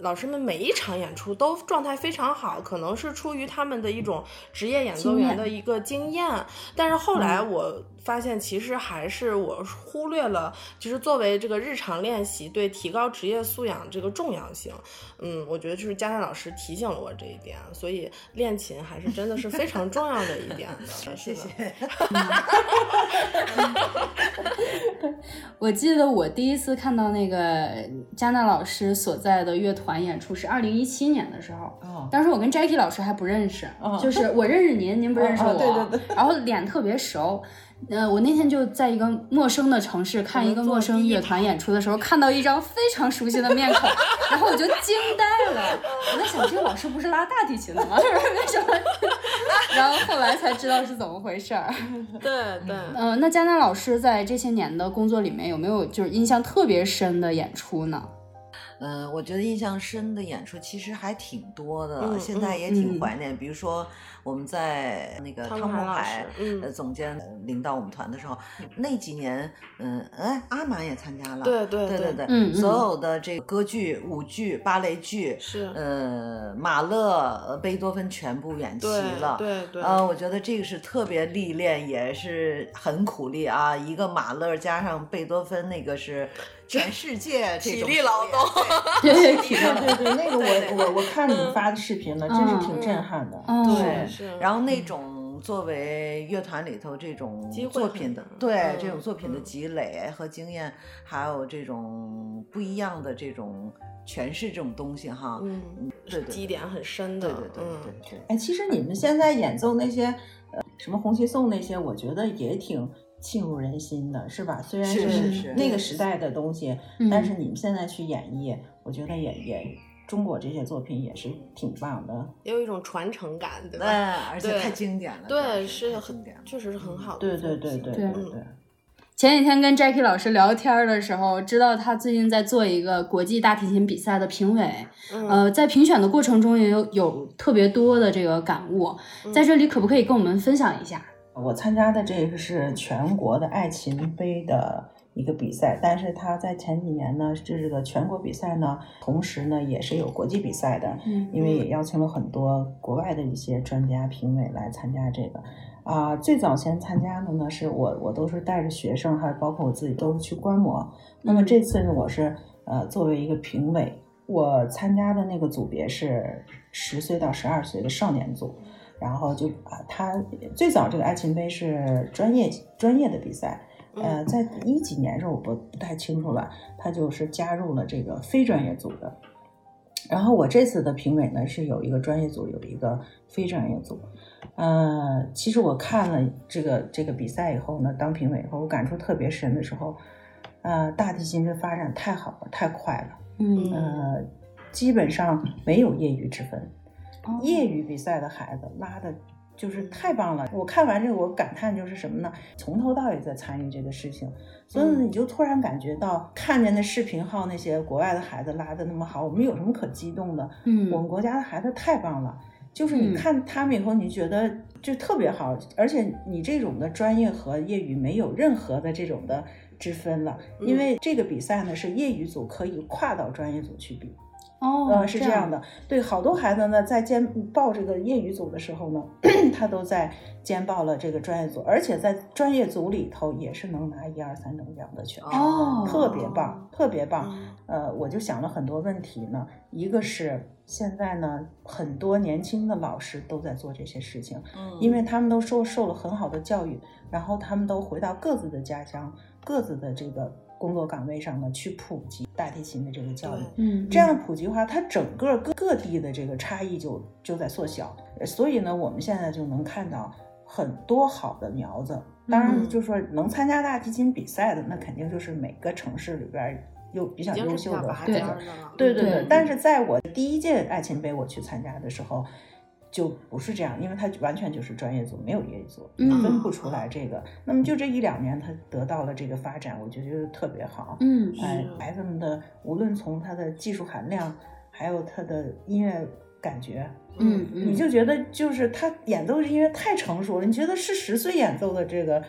老师们每一场演出都状态非常好，可能是出于他们的一种职业演奏员经验的一个经验。但是后来嗯我发现，其实还是我忽略了，就是作为这个日常练习对提高职业素养这个重要性。嗯，我觉得就是佳佳老师提醒了我这一点，所以练琴还是真的是非常重要的一 *laughs* 点的。谢谢是的。，我记得我第一次看到那个加纳老师所在的乐团演出是二零一七年的时候，哦，当时我跟 Jackie 老师还不认识，嗯就是我认识您，您不认识我，嗯嗯对对然后脸特别熟。呃，我那天就在一个陌生的城市嗯看一个陌生乐团演出的时候，看到一张非常熟悉的面孔， *laughs* 然后我就惊呆了。我在想，这个老师不是拉大提琴的吗？ *laughs* 为什么？ *laughs* 然后后来才知道是怎么回事儿。对对，嗯、那佳娜老师在这些年的工作里面，有没有就是印象特别深的演出呢？呃，我觉得印象深的演出其实还挺多的，嗯现在嗯也挺嗯怀念。比如说我们在那个汤汤姆姆海老海师，嗯呃，总监领导我们团的时候，那几年，嗯，哎，阿满也参加了，对对对对对，嗯嗯所有的这个歌剧、舞剧、芭蕾剧，是，呃，马勒、呃贝多芬全部演齐对了，对对，呃，我觉得这个是特别历练，也是很苦力啊。一个马勒加上贝多芬，那个是全世界这体种力表劳演动， *laughs* 对对体力对劳动对对，那个我我我看你发的视频了，真是挺震撼的。嗯对是，然后那种作为乐团里头这种嗯机会作品的很，大对、嗯这种作品的嗯积累和经验，还有这种不一样的这种诠释这种东西哈，嗯，对对基点很深的，对对对嗯对对，哎，其实你们现在演奏那些呃什么红旗颂那些，我觉得也挺沁入人心的，是吧？虽然是是是那个时代的东西，嗯但是你们现在去演绎，我觉得也也中国这些作品也是挺棒的。也有一种传承感，对吧？哎，而且对太经典了，主要对，是是太经很典了，确实是很好的对作对品，对对对对对。前几天跟 Jackie 老师聊天儿的时候，知道他最近在做一个国际大提琴比赛的评委，嗯，呃，在评选的过程中也有有特别多的这个感悟，嗯嗯在这里可不可以跟我们分享一下？我参加的这个是全国的爱琴杯的一个比赛，但是它在前几年呢，这是个全国比赛呢，同时呢也是有国际比赛的，嗯因为也邀请了很多国外的一些专家评委来参加这个。啊、最早先参加的呢，是我我都是带着学生，还包括我自己都是去观摩。那么这次呢，我是呃作为一个评委，我参加的那个组别是十岁到十二岁的少年组。然后就啊，他最早这个爱琴杯是专业专业的比赛，嗯呃，在一几年时候我不不太清楚了，他就是加入了这个非专业组的。然后我这次的评委呢是有一个专业组，有一个非专业组。呃，其实我看了这个这个比赛以后呢，当评委以后，我感触特别深的时候，呃，大提琴这发展太好了，太快了。嗯呃，基本上没有业余之分哦。嗯业余比赛的孩子拉的就是嗯太棒了。我看完这个，我感叹就是什么呢？从头到尾在参与这个事情，所以呢嗯你就突然感觉到，看见那视频号那些国外的孩子拉的那么好，我们有什么可激动的？嗯我们国家的孩子太棒了，就是你嗯看他们以后，你觉得就特别好，而且你这种的专业和业余没有任何的这种的之分了，因嗯为这个比赛呢是业余组可以跨到专业组去比，哦呃，是这样，的，对，好多孩子呢在兼报这个业余组的时候呢， *clears throat* 他都在兼报了这个专业组，而且在专业组里头也是能拿一二三等奖的全场，哦特别棒，特别棒。嗯呃，我就想了很多问题呢，一个是现在呢，很多年轻的老师都在做这些事情，嗯因为他们都受受了很好的教育，然后他们都回到各自的家乡、各自的这个工作岗位上呢，去普及大提琴的这个教育。嗯，这样普及化，它整个各各地的这个差异就就在缩小，呃所以呢，我们现在就能看到很多好的苗子。当然，嗯就说能参加大提琴比赛的，那肯定就是每个城市里边儿有比较已经优是秀比较的拔孩尖子对。儿的了，对对对嗯但是在我第一届爱琴杯我去参加的时候，就不是这样，因为它完全就是专业组，没有业余组，嗯分不出来这个。那么就这一两年，它得到了这个发展，我觉得就特别好。嗯哎是，孩子们的无论从他的技术含量，还有他的音乐感觉，嗯嗯，你就觉得就是他演奏音乐太成熟了，你觉得是十岁演奏的这个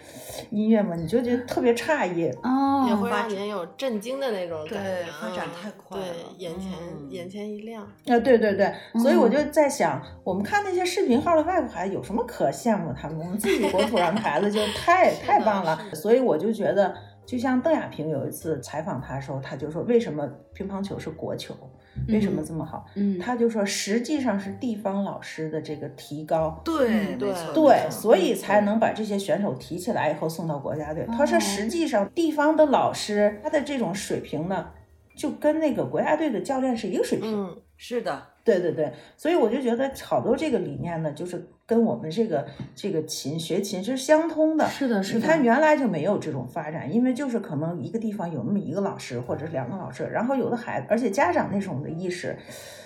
音乐吗？你就觉得特别诧异。哦，也会让人有震惊的那种感觉，对发展太快嗯了对，眼前、嗯眼前一亮，啊，对对对，所以我嗯就在想，我们看那些视频号的外国孩子有什么可羡慕他们？我们自己国土上的孩子就太 *laughs* 是太的棒了是。的所以我就觉得，就像邓亚萍有一次采访他的时候，他就说为什么乒乓球是国球，为什么嗯这么好？嗯，他就说，实际上是地方老师的这个提高，对对没错没对，错所以才能把这些选手提起来以后送到国家队。他说，哦实际上地方的老师他的这种水平呢，就跟那个国家队的教练是一个水平。嗯，是的，对对对，所以我就觉得好多这个理念呢，就是跟我们这个这个琴学琴是相通的。是的，是你的，看原来就没有这种发展，因为就是可能一个地方有那么一个老师或者是两个老师，然后有的孩子，而且家长那种的意识，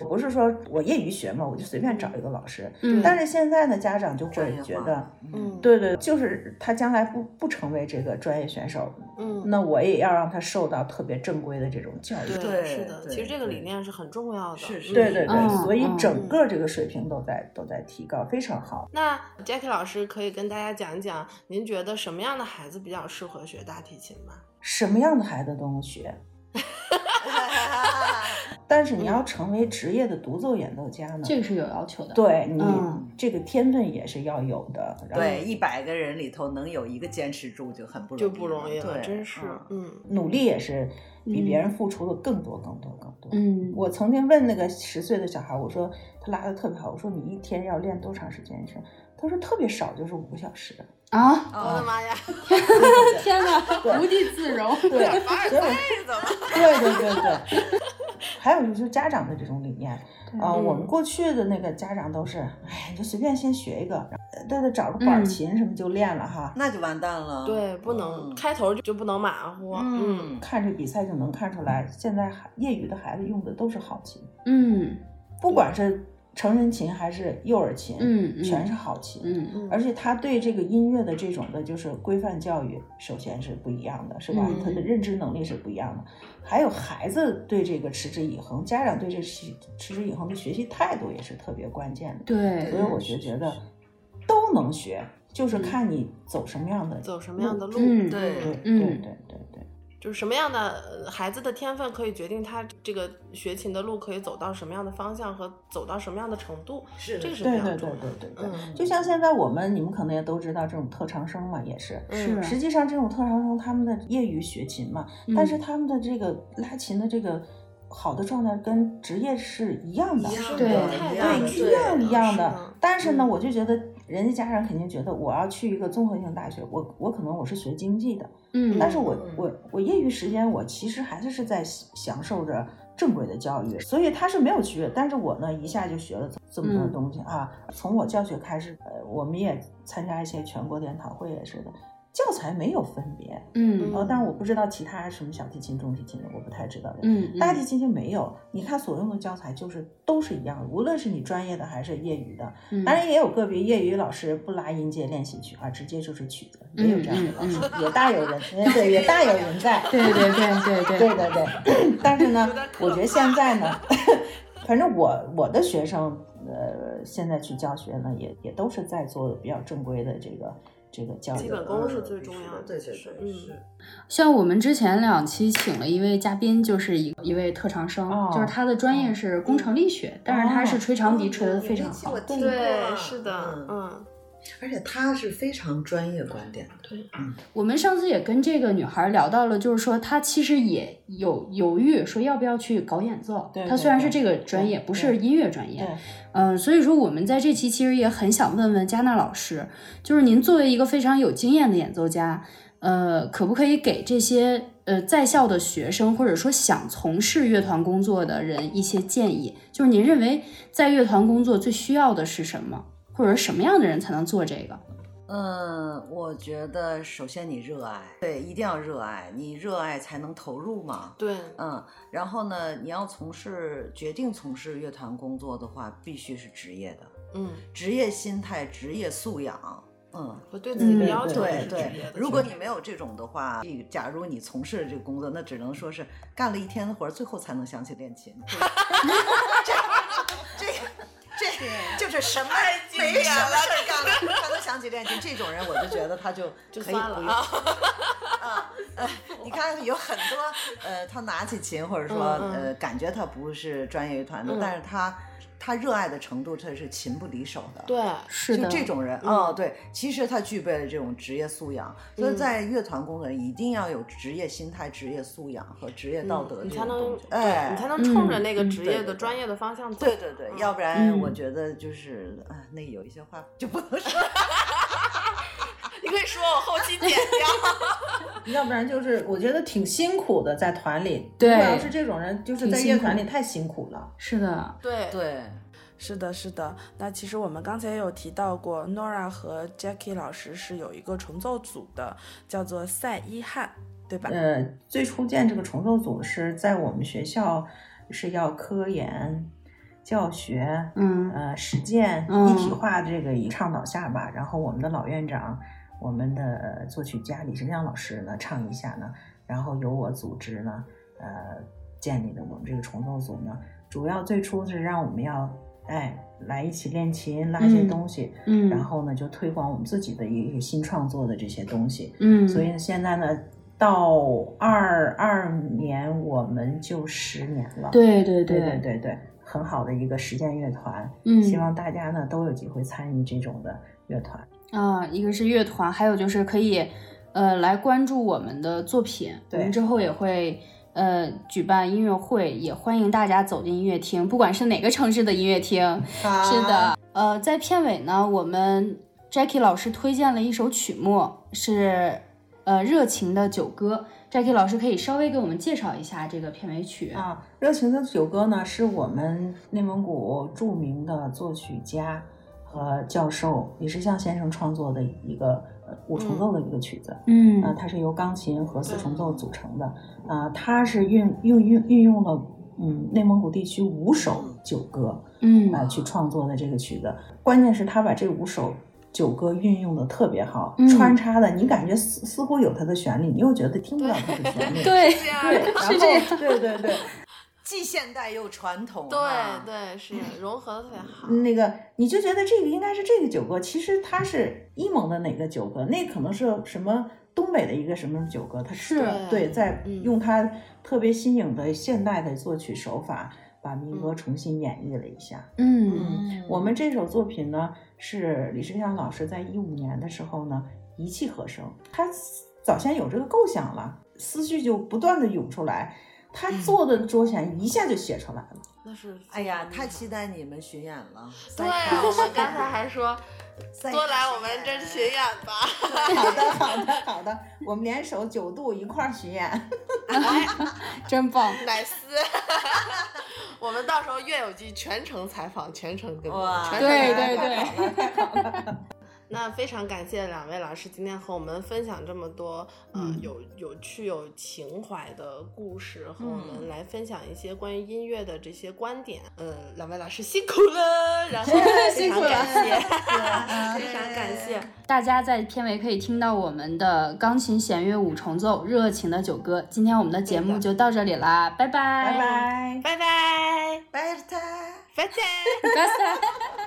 我不是说我业余学嘛，我就随便找一个老师。嗯但是现在呢，家长就专会业觉化得，， *laughs* 嗯，对对，就是他将来不不成为这个专业选手，嗯，那我也要让他受到特别正规的这种教育。对，对是的，对其实这个对理念是很重要的，是是嗯对对对，嗯所以嗯整个这个水平都在都在提高，非常好。那 Jackie 老师可以跟大家讲一讲，您觉得什么样的孩子比较适合学大提琴吗？什么样的孩子都能学，但是你要成为职业的独奏演奏家呢，这个是有要求的，对你、嗯这个天分也是要有的。然后对，一百个人里头能有一个坚持住就很不容易就了，不容易了，对，真是，嗯努力也是比嗯别人付出的更多更多更多。嗯，我曾经问那个十岁的小孩，我说他拉的特别好，我说你一天要练多长时间是？他说特别少，就是五个小时。 *laughs* 啊，我哦的啊，妈呀，天哪，无地自容，对，凡尔所以我赛怎么？对对对对。还有就是家长的这种理念啊、嗯我们过去的那个家长都是，哎，你就随便先学一个，呃对对，找个板嗯儿琴什么就练了哈。那就完蛋了，对，不能嗯开头就就不能马虎，嗯，嗯，看这比赛就能看出来，现在孩业余的孩子用的都是好琴，嗯不管是成人琴还是幼儿琴，嗯嗯全是好琴。嗯而且他对这个音乐的这种的，就是规范教育，首先是不一样的，是吧？嗯他的认知能力是不一样的，还有孩子对这个持之以恒，家长对这持持之以恒的学习态度也是特别关键的。所对，以我就觉得都能学，就是看你走什么样的走什么样的路？嗯对对嗯对对对对，就是什么样的呃孩子的天分可以决定他这个学琴的路可以走到什么样的方向和走到什么样的程度，是这的个是对非对常对重要对的。对对。嗯，就像现在我们，你们可能也都知道，这种特长生嘛，也是。嗯是实际上，这种特长生他们的业余学琴嘛，嗯但嗯是他们的这个拉琴的这个好的状态跟职业是一样的，一样的对对一一样的对样一样是的的。但是呢，嗯我就觉得人家家长肯定觉得我要去一个综合性大学，我我可能我是学经济的，嗯，但是我嗯我我业余时间我其实还是是在享享受着正规的教育，所以他是没有区别。但是我呢，一下就学了这这么多嗯东西啊。从我教学开始，呃，我们也参加一些全国研讨会也是的。教材没有分别。嗯哦，但我不知道其他什么小提琴、中提琴的，我不太知道。嗯，大提琴就没有，你看所用的教材就是都是一样的，无论是你专业的还是业余的，嗯当然也有个别业余老师不拉音阶练习曲啊，直接就是曲子，也嗯有这样的老师，也大有人，对，也大有人在。对嗯 *laughs* 对对对对对，对 *laughs* 对，但是呢有点，可我觉得现在呢， *laughs* 反正我我的学生，呃，现在去教学呢，也也都是在做比较正规的这个这个教育。啊基本功是最重要的对对是对，嗯是像我们之前两期请了一位嘉宾，就是一一位特长生，哦哦就是他的专业是工程力学，但是他是吹长笛吹得非常好。对对，是的，嗯，而且他是非常专业观点的，我们上次也跟这个女孩聊到了，就是说她其实也有犹豫，说要不要去搞演奏。对她对虽然是对这个专业，对不是音乐专业对，，嗯，所以说我们在这期其实也很想问问加纳老师，就是您作为一个非常有经验的演奏家，呃，可不可以给这些呃在校的学生或者说想从事乐团工作的人一些建议？就是您认为在乐团工作最需要的是什么，或者什么样的人才能做这个？嗯，我觉得首先你热爱，对，一定要热爱，你热爱才能投入嘛。对，嗯，然后呢，你要从事决定从事乐团工作的话，必须是职业的，嗯，职业心态、职业素养。嗯，我对自己的嗯要求也对是职业对的，如果你没有这种的话，假如你从事这个工作，那只能说是干了一天的活儿，最后才能想起练 *laughs* 琴。这这这就是什么没什么事儿干了才能想起练琴，这种人我就觉得他就就可以算了不用啊。 *laughs* 啊，呃，你看有很多呃，他拿起琴或者说嗯嗯呃，感觉他不是专业乐团的，嗯但是他他热爱的程度，他是琴不离手的。对，是的，就这种人嗯啊、对，其实他具备了这种职业素养，所以嗯在乐团工作人一定要有职业心态、职业素养和职业道德嗯你这才种能东，西，对哎，你才能冲着嗯那个嗯职对业对的对专业的方向走。对对对，嗯要不然嗯我觉得就是啊、那有一些话就不能说，你可以说我后期 *laughs* 剪掉。要不然就是我觉得挺辛苦的，在团里。对如果要是这种人，就是在挺辛乐苦团里太辛苦了。是的， *laughs* 对，对，是的，是的。那其实我们刚才也有提到过，Nora 和 Jackie 老师是有一个重奏组的，叫做赛伊汉，对吧？呃，最初建这个重奏组是在我们学校是要科研、教学、嗯呃实践嗯一体化这个一倡导下吧，然后我们的老院长、我们的呃作曲家李生亮老师呢倡议下呢，然后由我组织呢，呃，建立的我们这个重奏组呢，主要最初是让我们要哎来一起练琴，拉一些嗯东西，嗯，然后呢就推广我们自己的一个新创作的这些东西，嗯，所以呢，现在呢，到二二年我们就十年了。对对对对对对很好的一个实践乐团，嗯，希望大家呢都有机会参与这种的乐团。啊，一个是乐团，还有就是可以，呃，来关注我们的作品。我们对之后也会呃举办音乐会，也欢迎大家走进音乐厅，不管是哪个城市的音乐厅。是的，呃，在片尾呢，我们 Jackie 老师推荐了一首曲目，是呃《热情的九歌》。Jackie 老师可以稍微给我们介绍一下这个片尾曲。啊，《热情的九歌》呢是我们内蒙古著名的作曲家和教授李石向先生创作的一个呃五重奏的一个曲子。嗯啊，它是由钢琴和四重奏组成的。啊，它是运用运运用了嗯内蒙古地区五首九歌嗯啊去创作的这个曲子。关键是他把这五首九歌运用的特别好，嗯穿插的你感觉似似乎有它的旋律，你又觉得听不到它的旋 *laughs* 律。对，啊这样对，的。然后对对 *laughs* 对，既现代又传统、啊，对对是嗯融合的特别好。那个你就觉得这个应该是这个九歌，其实它是伊蒙的哪个九歌，那可能是什么东北的一个什么九歌，它是对在嗯用它特别新颖的现代的作曲手法，把民歌重新演绎了一下。嗯嗯，我们这首作品呢，是李志祥老师在一五年的时候呢一气呵成，他早先有这个构想了，思绪就不断的涌出来，他嗯坐的桌前一下就写出来了。 *laughs* 那是哎呀，太期待你们巡演了，对，我们刚才还 *laughs* 说赛多卡来我巡们这演巡演吧。好的，好的，好的，我们联手九度一块儿巡演。真棒。奶 *laughs* 丝，我们到时嗯候乐友记全程采访，全程跟踪哇全程对跟对踪对，那非常感谢两位老师今天和我们分享这么多，呃嗯，有有趣有情怀的故事，和我们嗯来分享一些关于音乐的这些观点。嗯，两位老师辛苦了，然后非 *laughs* 辛苦了常感谢，非常 *laughs* 感谢。大家在片尾可以听到我们的钢琴弦乐五重奏《热情的九歌》。今天我们的节目就到这里啦，拜拜，拜拜。拜拜，拜了他。拜拜。拜拜。